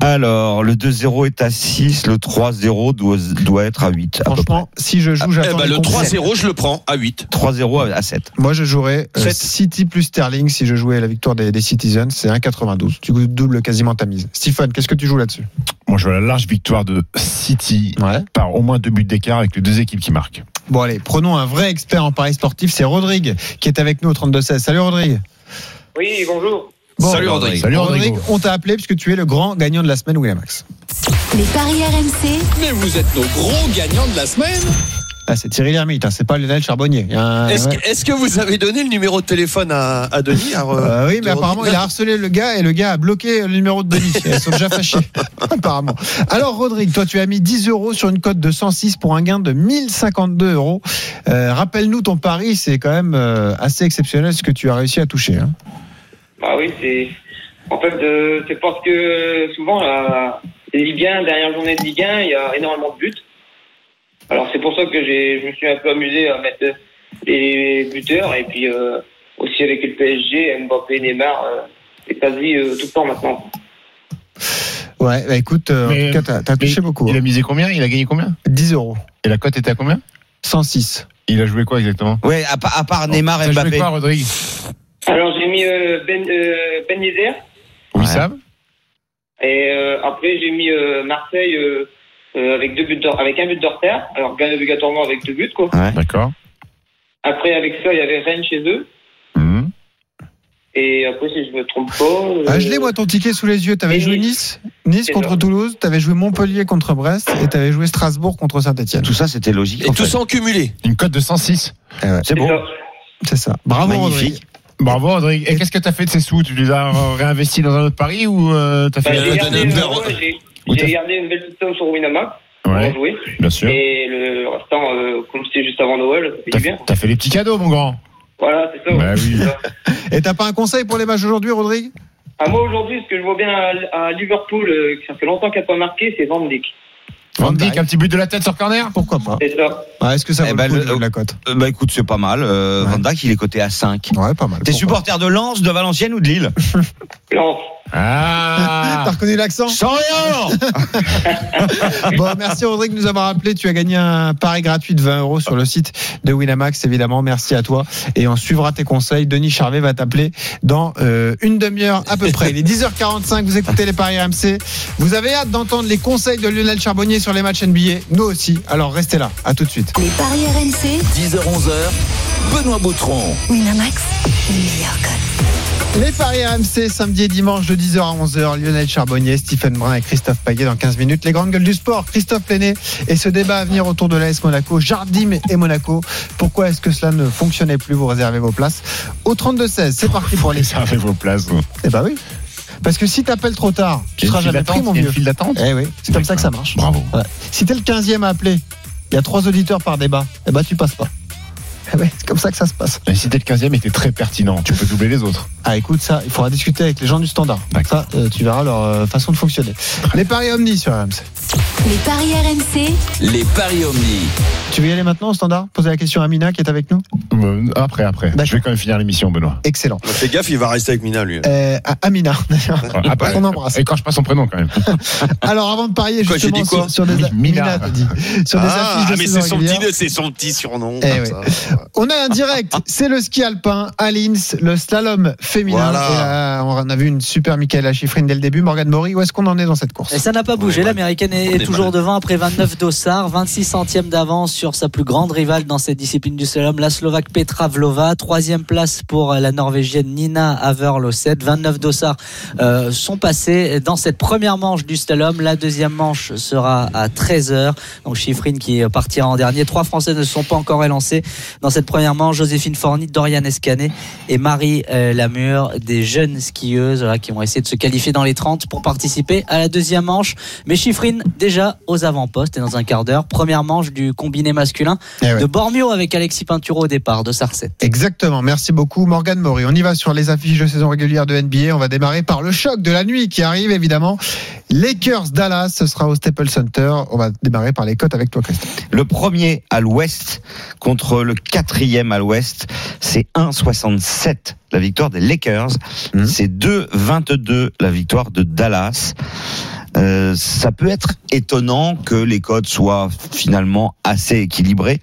S4: Alors, le 2-0 est à 6, le 3-0 doit, doit être à 8. à peu près.
S5: Franchement, si je joue,
S7: Eh
S5: j'attends
S7: ben,
S5: les
S7: Le
S5: comptes.
S7: 3-0, je le prends à 8.
S4: 3-0 à 7.
S5: Moi, je jouerais euh,
S7: Sept.
S5: City plus Sterling si je jouais la victoire des, des Citizens. C'est 1,92. Tu doubles quasiment ta mise. Stephen, qu'est-ce que tu joues là-dessus
S6: Moi, je vois la large victoire de City
S5: Ouais.
S6: par au moins deux buts d'écart avec les deux équipes qui marquent.
S5: Bon, allez, prenons un vrai expert en paris sportif. C'est Rodrigue qui est avec nous au 32-16. Salut, Rodrigue.
S10: Oui, bonjour.
S5: Bon,
S7: Salut Rodrigue.
S6: Salut
S5: Rodrigue,
S6: Rodrigo.
S5: on t'a appelé puisque tu es le grand gagnant de la semaine, Winamax.
S3: Les paris RMC,
S11: Mais vous êtes nos gros gagnants de la semaine.
S5: Ah, c'est Thierry Lhermitte, hein, c'est pas Lionel Charbonnier. Il y a un-
S7: Est-ce que, est-ce que vous avez donné le numéro de téléphone à, à Denis à re-
S5: Euh, oui, mais
S7: de
S5: apparemment, il a harcelé le gars et le gars a bloqué le numéro de Denis. Ils sont déjà fâchés, apparemment. Alors, Rodrigue, toi, tu as mis 10 euros sur une cote de 106 pour un gain de 1052 euros. Euh, Rappelle-nous ton pari, c'est quand même euh, assez exceptionnel ce que tu as réussi à toucher. hein.
S10: Bah oui, c'est. En fait, euh, c'est parce que souvent, la Ligue 1, dernière journée de Ligue 1, il y a énormément de buts. Alors, c'est pour ça que j'ai, je me suis un peu amusé à mettre les buteurs et puis euh, aussi avec le PSG, Mbappé, Neymar, euh,
S12: c'est quasi euh, tout le temps maintenant.
S5: Ouais, bah écoute, euh,
S6: Mais-
S5: en tout cas, t'as- t'as
S6: mais
S5: touché beaucoup.
S6: Il a
S5: hein.
S6: misé combien Il a gagné combien
S5: 10 euros.
S6: Et la cote était à combien
S5: 106.
S6: Il a joué quoi exactement
S4: Ouais, à, pa- à part Neymar
S6: T'as
S4: et
S6: joué
S4: Mbappé.
S6: quoi, Rodrigue
S12: Alors j'ai mis euh, Ben euh, Ben Yedder,
S6: Oui,
S4: Ouais.
S6: Sam
S12: et euh, après j'ai mis euh, Marseille euh, euh, avec deux buts de- avec un but de retard. Alors gagne obligatoirement avec deux buts quoi.
S4: Ouais.
S6: D'accord.
S12: Après avec ça il y avait Rennes chez eux.
S6: Mhm.
S12: Et après si je me trompe pas. euh,
S5: Ah, je l'ai, moi, ton ticket sous les yeux. T'avais
S12: Et
S5: joué Nice,
S12: Nice.
S5: Nice
S12: C'est
S5: contre
S12: ça.
S5: Toulouse, t'avais joué Montpellier contre Brest et t'avais joué Strasbourg contre Saint-Etienne.
S4: Tout ça, c'était logique.
S7: Et
S4: en
S7: tout
S4: fait.
S7: ça en cumulé.
S6: Une cote de 106.
S4: C'est
S12: c'est
S4: bon.
S12: ça.
S5: C'est ça. Bravo, Rodrigue.
S4: Magnifique.
S6: Bravo, Rodrigue. Et qu'est-ce que t'as fait de ces sous Tu les as euh, réinvestis dans un autre pari ou euh, t'as
S12: Bah,
S6: fait
S12: j'ai
S7: Il a
S12: gardé,
S7: donné
S12: euh,
S7: un beurre.
S12: ouais, j'ai-
S6: Où t'as-
S12: j'ai gardé une belle petite somme sur Winamax pour en
S6: Ouais,
S12: jouer.
S6: bien sûr.
S12: Et le restant, euh, comme c'était juste avant Noël, ça fait
S6: T'as
S12: du
S6: fait,
S12: bien.
S6: t'as fait les petits cadeaux, mon grand.
S12: Voilà, c'est ça. ouais.
S6: Bah oui.
S12: C'est ça.
S5: Et t'as pas un conseil pour les matchs aujourd'hui, Rodrigue
S12: Ah, moi, aujourd'hui, ce que je vois bien à, à Liverpool, euh, que ça fait longtemps qu'elle n'a pas marqué, c'est Van Dijk.
S6: Van Dijk,
S5: Dijk.
S6: un petit but de la tête sur corner
S5: Pourquoi pas
S12: C'est ça.
S5: Ah, Est-ce que ça
S4: Eh
S5: vaut
S4: ben,
S5: le coup
S4: le-
S5: de jouer la cote
S4: Euh, Bah écoute, c'est pas mal. Euh,
S5: Ouais.
S4: Van Dijk, il est coté à 5.
S5: Ouais, pas mal.
S4: T'es
S5: pourquoi
S4: supporter de Lens, de Valenciennes ou de Lille
S12: Lance.
S5: pas.
S6: Ah
S5: T'as reconnu l'accent
S4: Sans rien
S5: Bon, merci Rodrigue de nous avoir appelé. Tu as gagné un pari gratuit de 20 euros sur le site de Winamax, évidemment. Merci à toi. Et on suivra tes conseils. Denis Charvet va t'appeler dans euh, une demi-heure à peu près. Il est 10h45. Vous écoutez les paris RMC. Vous avez hâte d'entendre les conseils de Lionel Charbonnier sur les matchs NBA. Nous aussi. Alors restez là. À tout de suite.
S3: Les paris RMC,
S11: 10h-11h, Benoît Boutron.
S3: Winamax, les meilleurs codes.
S5: Les paris RMC, samedi et dimanche de 10h à 11h. Lionel Charbonnier, Stephen Brun et Christophe Paillet dans 15 minutes. Les grandes gueules du sport, Christophe Lenné et ce débat à venir autour de l'AS Monaco, Jardim et Monaco. Pourquoi est-ce que cela ne fonctionnait plus Vous réservez vos places au 32-16. C'est parti pour les.
S6: Ça fait vos places.
S5: Eh bah oui. Parce que si t'appelles trop tard, tu
S6: Il y a
S5: seras
S6: une file
S5: jamais pris,
S6: d'attente,
S5: mon
S6: il y a
S5: vieux.
S6: une file d'attente.
S5: Eh oui, c'est comme ça que ça marche.
S6: Bravo.
S5: Ouais. Si t'es le 15e à appeler, il y a trois auditeurs par débat, eh bah tu passes pas. Eh ouais, c'est comme ça que ça se passe.
S6: Et si t'es le 15 e et t'es très pertinent, tu peux doubler les autres.
S5: Ah écoute ça, il faudra discuter avec les gens du standard.
S6: D'accord.
S5: Ça, euh, tu verras leur euh, façon
S7: *laughs*
S5: de fonctionner. Les paris Omni sur RMC.
S3: Les paris RMC,
S11: Les paris Omni.
S5: Tu veux y aller maintenant au standard Poser la question à Mina qui est avec nous
S6: Euh, Après, après.
S5: D'accord.
S6: Je vais quand même finir l'émission, Benoît.
S5: Excellent.
S7: Bah, Fais gaffe, il va rester avec Mina, lui.
S5: Euh, à- Amina, *laughs* d'ailleurs.
S6: Après,
S7: *laughs*
S5: On embrasse.
S6: Et quand je passe son prénom, quand même.
S5: Alors avant de parier
S7: Quoi,
S5: justement
S7: j'ai dit quoi
S5: sur, sur des
S6: Oui, Mina.
S5: Mina, t'as dit. Sur des
S7: Ah,
S5: affiches de
S7: mais
S5: saison
S7: c'est son,
S5: régulière.
S7: petit, c'est son petit surnom.
S5: Eh
S7: comme
S5: ouais.
S7: ça. Ah,
S5: On a un direct, c'est le ski alpin à Linz, le slalom féminin.
S7: Voilà.
S5: Et là, on a vu une super Michaela Schifrin dès le début. Morgan Mori, où est-ce qu'on en est dans cette course
S9: Et ça n'a pas bougé.
S7: Ouais,
S9: L'américaine
S7: on
S9: est,
S7: est
S9: toujours
S7: mal.
S9: devant après 29 dossards, 26 centièmes d'avance sur sa plus grande rivale dans cette discipline du slalom, la Slovaque Petra Vlova. Troisième place pour euh, la Norvégienne Nina Haverlosset. 29 dossards euh, sont passés dans cette première manche du slalom. La deuxième manche sera à 13h. Donc Schifrin qui partira en dernier. Trois Français ne se sont pas encore élancés dans cette première manche. Joséphine Forny, Dorian Escanet et Marie euh, Lamure, des jeunes skieuses voilà, qui vont essayer de se qualifier dans les 30 pour participer à la deuxième manche. Mais Chiffrine déjà aux avant-postes et dans un quart d'heure, première manche du combiné masculin
S5: Eh ouais.
S9: de Bormio avec Alexis Pinturo au départ de Sarcet.
S5: Exactement, merci beaucoup Morgane Maury. On y va sur les affiches de saison régulière de NBA. On va démarrer par le choc de la nuit qui arrive évidemment. Lakers-Dallas, ce sera au Staples Center. On va démarrer par les cotes avec toi Christophe.
S4: Le premier à l'ouest contre le quatrième à l'ouest, c'est 1,67 la victoire des Lakers.
S5: Mhm.
S4: C'est 2,22 la victoire de Dallas. Euh, ça peut être étonnant que les codes soient finalement assez équilibrés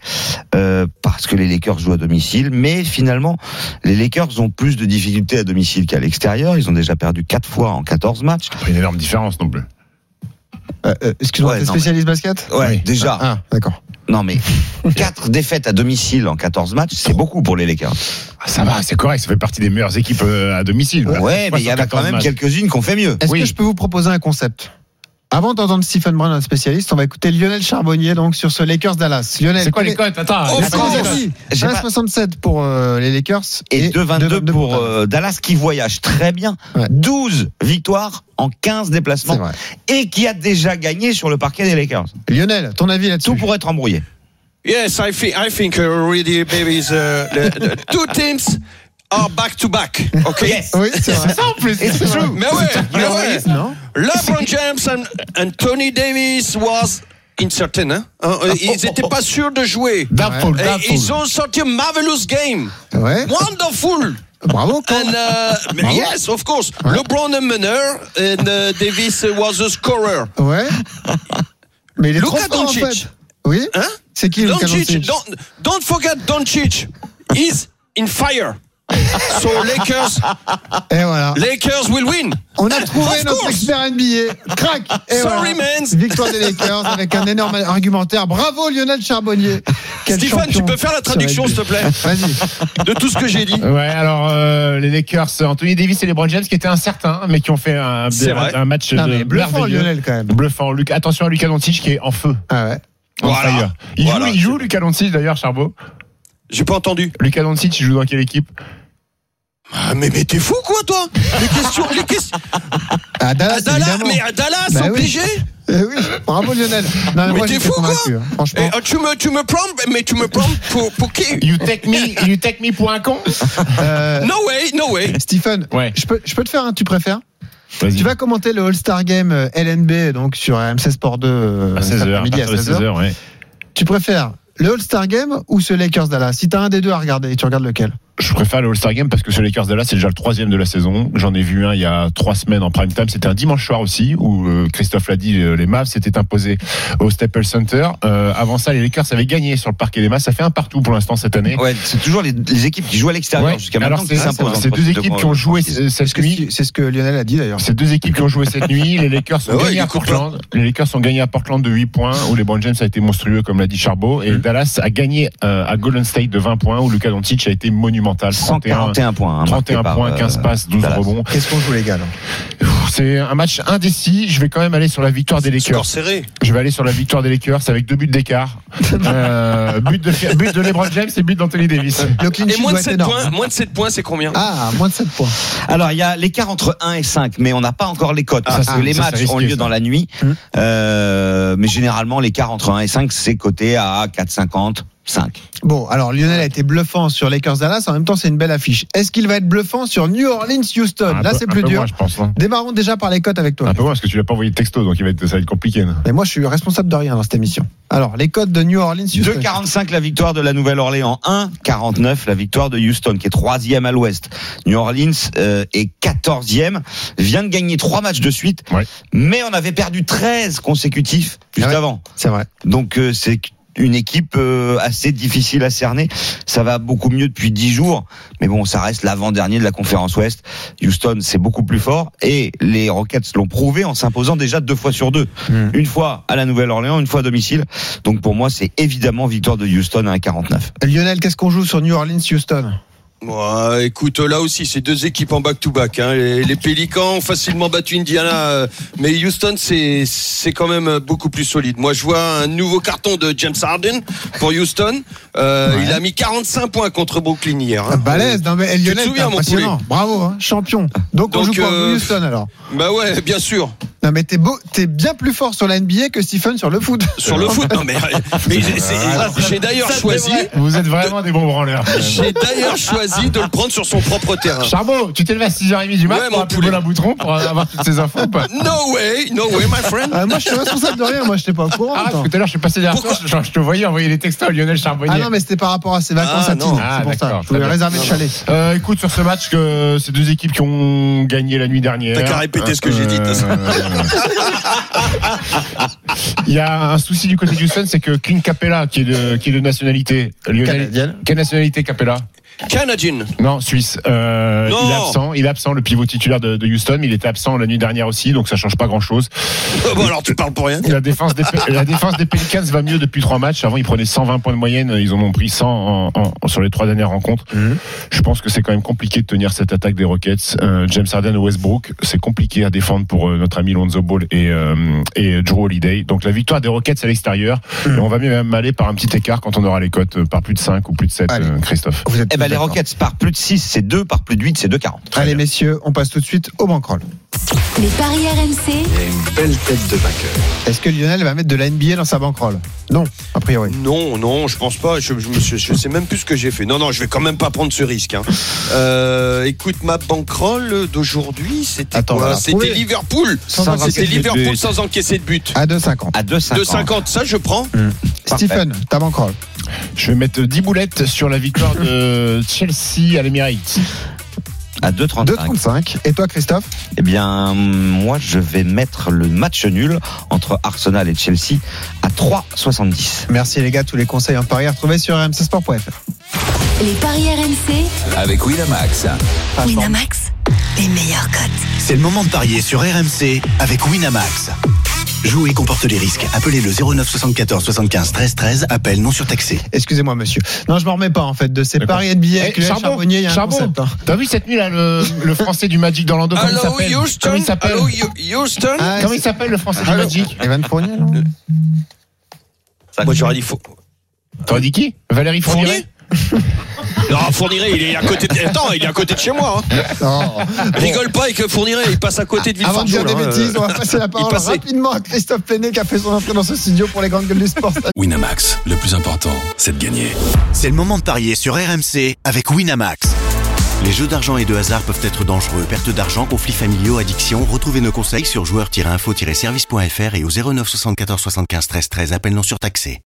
S4: euh, parce que les Lakers jouent à domicile, mais finalement les Lakers ont plus de difficultés à domicile qu'à l'extérieur. Ils ont déjà perdu quatre fois en 14 matchs.
S6: Pas une énorme différence non plus.
S5: Euh, euh, Excuse-moi,
S4: Ouais,
S5: t'es
S4: non,
S5: spécialiste basket
S4: Ouais,
S6: Oui.
S4: déjà.
S5: Ah, d'accord.
S4: Non mais quatre défaites à domicile en 14 matchs, c'est beaucoup pour les Lakers.
S6: Ah, ça va, c'est correct. Ça fait partie des meilleures équipes euh, à domicile.
S4: Ouais, mais il y en
S6: avait
S4: a quand même quelques-unes qui ont fait mieux.
S5: Est-ce
S6: Oui.
S5: que je peux vous proposer un concept Avant d'entendre Stephen Brown, un spécialiste, on va écouter Lionel Charbonnier donc sur ce Lakers-Dallas. Lionel,
S6: C'est quoi
S5: quel
S6: les
S5: est-
S6: codes Attends,
S7: Oh,
S6: les
S5: Attends,
S6: codes.
S7: France
S5: vas-y.
S4: J'ai pas-
S5: 1,67 pour euh, les Lakers
S4: Et 2,22
S5: 2,22
S4: pour euh, Dallas qui voyage très bien.
S5: Ouais.
S4: 12 victoires en 15
S5: C'est
S4: déplacements
S5: vrai.
S4: et qui a déjà gagné sur le parquet des Lakers.
S5: Lionel, ton avis là-dessus
S4: Tout pour être embrouillé.
S7: Yes, I think I think uh, really, baby, is, uh, the, the two teams are back to back. Okay.
S5: Oui, c'est vrai.
S6: Ça en plus.
S5: Et c'est vrai.
S7: Mais ouais, mais ouais.
S5: Non
S7: LeBron James and, and Tony Davis was incertain. Hein? Hein, euh, Ils n'étaient pas sûrs de jouer.
S6: Doubtful,
S7: Et
S6: doubtful.
S7: ils ont sorti un marvelous game.
S5: Ouais.
S7: *laughs* Wonderful.
S5: Bravo,
S7: And uh, yes, of course. LeBron a winner and uh, Davis was a scorer.
S5: Ouais. Mais il est
S7: Luka
S5: trop fort, en
S7: Doncic.
S5: fait. Oui.
S7: Hein?
S5: C'est qui Luka
S7: Doncic,
S5: Doncic
S7: don't, don't forget Doncic is in fire. So Lakers,
S5: Et voilà.
S7: Lakers will win.
S5: On a trouvé
S7: Of
S5: notre
S7: course.
S5: expert NBA. Crac. Et
S7: Sorry,
S5: Eh, voilà.
S7: man.
S5: Victoire des Lakers avec un énorme argumentaire. Bravo Lionel Charbonnier. Quel
S7: Stéphane,
S5: champion
S7: tu peux faire la
S5: sur
S7: traduction, s'il te
S5: NBA.
S7: plaît,
S5: Vas-y.
S7: de tout ce que j'ai dit.
S6: Ouais, alors euh, les Lakers, Anthony Davis et LeBron James qui étaient incertains, hein, mais qui ont fait un,
S7: C'est vrai.
S6: un, un match
S5: Non,
S6: de
S5: mais bluffant
S6: merveilleux.
S5: Lionel quand même.
S6: Bluffant. Luc- attention à Lucas Doncic qui est en feu.
S5: Ah ouais.
S6: en
S7: Voilà.
S6: fire. Il
S7: Voilà.
S6: joue, il joue Lucas Doncic d'ailleurs, Charbot.
S7: J'ai pas entendu.
S6: Lucas Doncic, il joue dans quelle équipe
S7: Ah, mais mais t'es fou quoi toi Les questions, les questions.
S5: À Dallas,
S7: À Dallas,
S5: Ah, évidemment.
S7: mais à Dallas,
S5: Bah oui.
S7: obligé.
S5: Eh oui, bravo Lionel.
S7: Mais
S5: Non, moi,
S7: t'es
S5: j'étais
S7: fou,
S5: convaincu,
S7: quoi
S5: hein, Franchement.
S7: Eh, oh, tu me tu me prends, mais tu me prends pour pour qui
S6: You take me, you take me pour un con.
S7: Eh,
S5: Euh,
S7: No way, no way.
S5: *coughs* Stephen,
S6: Ouais.
S5: je, peux, je peux te faire un tu préfères
S6: Vas-y.
S5: Tu vas commenter le All-Star Game euh, LNB donc sur RMC Sport 2 euh,
S6: à
S5: cet
S6: 16h,
S5: après-midi à 16h.
S6: 16h, ouais.
S5: Tu préfères le All-Star Game ou ce Lakers Dallas Si t'as un des deux à regarder, tu regardes lequel
S6: Je préfère le All-Star Game parce que ce Lakers Dallas c'est déjà le troisième de la saison. J'en ai vu un il y a trois semaines en prime time. C'était un dimanche soir aussi où euh, Christophe l'a dit, euh, les Mavs s'étaient imposés au Staples Center. Euh, avant ça, les Lakers avaient gagné sur le parquet des Mavs. Ça fait un partout pour l'instant cette année.
S4: Ouais, c'est toujours les, les équipes qui jouent à l'extérieur
S6: Ouais.
S4: jusqu'à
S6: Alors
S4: maintenant
S6: c'est
S4: qui s'imposent. hein,
S6: c'est
S4: entre
S6: deux
S4: ces
S6: équipes
S4: grandes
S6: qui ont joué
S4: franchises.
S6: euh, cette
S5: C'est ce
S6: nuit.
S5: que- c'est ce que Lionel a dit d'ailleurs.
S6: Ces deux équipes qui ont joué cette nuit, les Lakers ont
S7: Bah ouais, il
S6: gagné à
S7: écoute
S6: Portland. Les Lakers ont gagné à Portland de 8 points, où LeBron James a été monstrueux, comme l'a dit Charbot. Et Dallas a gagné euh, à Golden State de 20 points, où Luka Doncic a été monumental. 31,
S4: 141 points. hein, marqués
S6: 31
S4: par,
S6: points,
S4: euh,
S6: 15 passes, 12
S4: Dallas.
S6: rebonds.
S5: Qu'est-ce qu'on joue les gars là
S6: Pff, C'est un match indécis. Je vais quand même aller sur la victoire des
S7: Score
S6: Lakers.
S7: serré.
S6: Je vais aller sur la victoire des Lakers avec deux buts d'écart. Euh, but, de, but de LeBron James et but d'Anthony Davis.
S5: Le clean
S7: Ah, Et
S5: sheet
S7: moins de
S5: doit être
S7: 7
S5: énorme.
S7: points, moins de 7 points, c'est combien
S5: Ah, moins de 7 points.
S4: Alors, il y a l'écart entre 1 et 5, mais on n'a pas encore les cotes
S6: Ah,
S4: parce
S6: ah,
S4: que les
S6: ça, c'est
S4: matchs ont
S6: risqué,
S4: lieu
S6: ça.
S4: dans la nuit.
S5: Hum.
S4: Euh, mais généralement, l'écart entre 1 et 5, c'est coté à 4,50, 5.
S5: Bon, alors Lionel a été bluffant sur Lakers Dallas. En même temps, c'est une belle affiche. Est-ce qu'il va être bluffant sur New Orleans Houston
S6: Un
S5: Là,
S6: peu-
S5: c'est
S6: un
S5: plus
S6: peu
S5: dur.
S6: moins, je pense. hein.
S5: Démarrons déjà par les cotes avec toi.
S6: Un peu moins parce que tu l'as pas envoyé de texto, donc il va être, ça va être compliqué. non
S5: Mais moi, je suis responsable de rien dans cette émission. Alors, les codes de New Orleans. Houston.
S4: 2,45 la victoire de la Nouvelle-Orléans, 1,49 la victoire de Houston qui est troisième à l'Ouest. New Orleans euh, est quatorzième, vient de gagner trois matchs de suite,
S6: Ouais.
S4: mais on avait perdu 13 consécutifs juste
S5: Ah ouais.
S4: avant.
S5: C'est vrai.
S4: Donc euh, c'est une équipe euh, assez difficile à cerner. Ça va beaucoup mieux depuis 10 jours, mais bon, ça reste l'avant-dernier de la conférence Ouest. Houston, c'est beaucoup plus fort et les Rockets l'ont prouvé en s'imposant déjà deux fois sur deux.
S5: Mm.
S4: Une fois à la Nouvelle-Orléans, une fois à domicile. Donc pour moi, c'est évidemment victoire de Houston à 1,49.
S5: Lionel, qu'est-ce qu'on joue sur New Orleans Houston
S7: Ouais, écoute, là aussi, c'est deux équipes en back-to-back. hein. Les, les Pélicans ont facilement battu Indiana, euh, mais Houston, c'est c'est quand même euh, beaucoup plus solide. Moi, je vois un nouveau carton de James Harden pour Houston. Euh, Il a mis 45 points contre Brooklyn hier. hein.
S5: Balèze, non mais eh,
S7: te
S5: Lionel, t'es
S7: souviens, mon
S5: impressionnant. Bravo, hein, champion. Donc,
S7: Donc,
S5: on joue pour
S7: euh,
S5: Houston alors.
S7: Bah ouais, bien sûr.
S5: Non mais t'es beau, t'es bien plus fort sur la NBA que Stephen sur le
S7: *laughs*
S5: foot.
S7: Sur le foot, non mais,
S5: *laughs*
S7: mais j'ai- c'est-
S5: Ah,
S7: j'ai d'ailleurs choisi.
S6: Vous êtes vraiment des bons branleurs. quand même.
S7: J'ai d'ailleurs choisi de le prendre sur son propre terrain.
S6: Charbot, tu t'es levé à 6h30 du mat
S7: Ah. Ouais,
S6: pour
S7: mon
S6: appeler
S7: poulet.
S6: Bola Boutron pour avoir toutes ces infos
S7: *laughs*
S6: ou pas Ah,
S7: No way, no way, my friend.
S5: Ah, moi je suis responsable de rien, moi je t'ai pas au courant.
S6: Ah, parce
S5: attends.
S6: que tout à l'heure, je suis passé derrière toi, je, je te voyais envoyer les textos à Lionel Charbonnier.
S5: Ah non mais c'était par rapport à ses vacances
S7: Ah,
S5: à Tine,
S7: non.
S6: Ah,
S5: c'est pour ça.
S6: d'accord,
S5: Je voulais
S6: très bien.
S5: réserver le
S7: Non,
S5: chalet.
S6: Euh, écoute, sur ce match, que ces deux équipes qui ont gagné la nuit dernière.
S7: T'as qu'à répéter ce que j'ai dit, t'as ça.
S6: *laughs* Il y a un souci du côté du Houston, c'est que Clint Capella, qui est de, qui est de nationalité Lionel-
S5: Canadienne.
S6: Quelle nationalité Capella
S7: Canadian.
S6: Non, Suisse. Euh,
S7: Non.
S6: Il est absent. Il est absent, le pivot titulaire de, de Houston. Il était absent la nuit dernière aussi, donc ça change pas grand chose.
S7: Oh, *laughs* Bon alors tu parles pour rien.
S6: La défense, des, la défense des Pelicans va mieux depuis trois matchs. Avant, ils prenaient 120 points de moyenne. Ils en ont pris 100 en- en- sur les trois dernières rencontres.
S5: Hmm.
S6: Je pense que c'est quand même compliqué de tenir cette attaque des Rockets. Euh, James Harden et Westbrook, c'est compliqué à défendre pour euh, notre ami Lonzo Ball et, euh, et Drew Holiday. Donc la victoire des Rockets à l'extérieur. Et on va même aller par un petit écart quand on aura les cotes, euh, par plus de 5 ou plus de 7,
S5: Allez.
S6: euh, Christophe.
S5: Vous êtes
S4: Eh ben
S5: tous
S4: les
S5: d'accord.
S4: Rockets par plus de 6, c'est 2, par plus de 8, c'est 2,40.
S5: Allez messieurs, on passe tout de suite au bankroll.
S3: Les paris RMC,
S11: Belle tête de vainqueur.
S5: Est-ce que Lionel va mettre de la NBA dans sa bankroll Non, a priori.
S7: Non, non, je pense pas. Je, je, me suis- je sais même plus ce que j'ai fait. Non, non, je vais quand même pas prendre ce risque. hein. Euh, écoute, ma bankroll d'aujourd'hui, c'était
S5: Attends, on va
S7: quoi
S5: la retrouver.
S7: C'était Liverpool.
S5: Sans encaisser
S7: C'était
S5: de
S7: Liverpool
S4: but.
S7: sans encaisser de but.
S5: À 2,50.
S6: Ah,
S4: À 2,50.
S7: De 50, ça je prends.
S4: Parfait.
S5: Stephen, ta bankroll.
S6: *laughs* Je vais mettre 10 boulettes sur la victoire de Chelsea à l'Emirates.
S4: à 2,35.
S13: 2,35. Et toi, Christophe
S4: Eh bien, moi, je vais mettre le match nul entre Arsenal et Chelsea à 3,70.
S13: Merci les gars, tous les conseils en paris à retrouver sur rmcsport.fr.
S3: Les paris RMC
S14: avec Winamax.
S3: Winamax, les meilleurs cotes.
S5: C'est le moment de parier sur RMC avec Winamax. Jouer comporte les risques. Appelez le 09 74 75 13 13. Appel non surtaxé.
S13: Excusez-moi, monsieur. Non, je m'en remets pas, en fait, de ces
S6: D'accord.
S13: paris NBA
S6: Eh,
S13: avec le
S6: Charbon,
S13: Charbonnier. Il y a un
S6: Charbon,
S13: concept, hein.
S6: T'as vu cette nuit là le, le français du Magic dans l'Ando comment il
S7: Allô,
S6: s'appelle
S7: Houston
S6: Comment il s'appelle
S7: Allô, You- Houston
S13: Ah,
S6: Comment
S13: c'est-
S6: il s'appelle le français du
S7: Allô
S6: Magic
S13: Evan Fournier, non
S7: Moi, j'aurais dit faux.
S6: T'aurais dit qui Valérie Fournier
S7: Fournier Non, Fourniret, il est à côté de... Attends, il est à côté de chez moi. hein.
S13: Non.
S7: Rigole pas avec Fourniret, il passe à côté de
S13: Avant de
S7: Villefargeau.
S13: dire des
S7: là, hein.
S6: euh,
S13: bêtises, on va passer la parole
S7: passait.
S13: rapidement à Christophe Plenet qui a fait son entrée dans ce studio pour les grandes gueules du sport.
S15: Winamax, le plus important, c'est de gagner.
S5: C'est le moment de parier sur RMC avec Winamax. Les jeux d'argent et de hasard peuvent être dangereux. Perte d'argent, conflits familiaux, addiction. Retrouvez nos conseils sur joueurs-info-service.fr et au 09 74 75 13 13. Appel non surtaxé.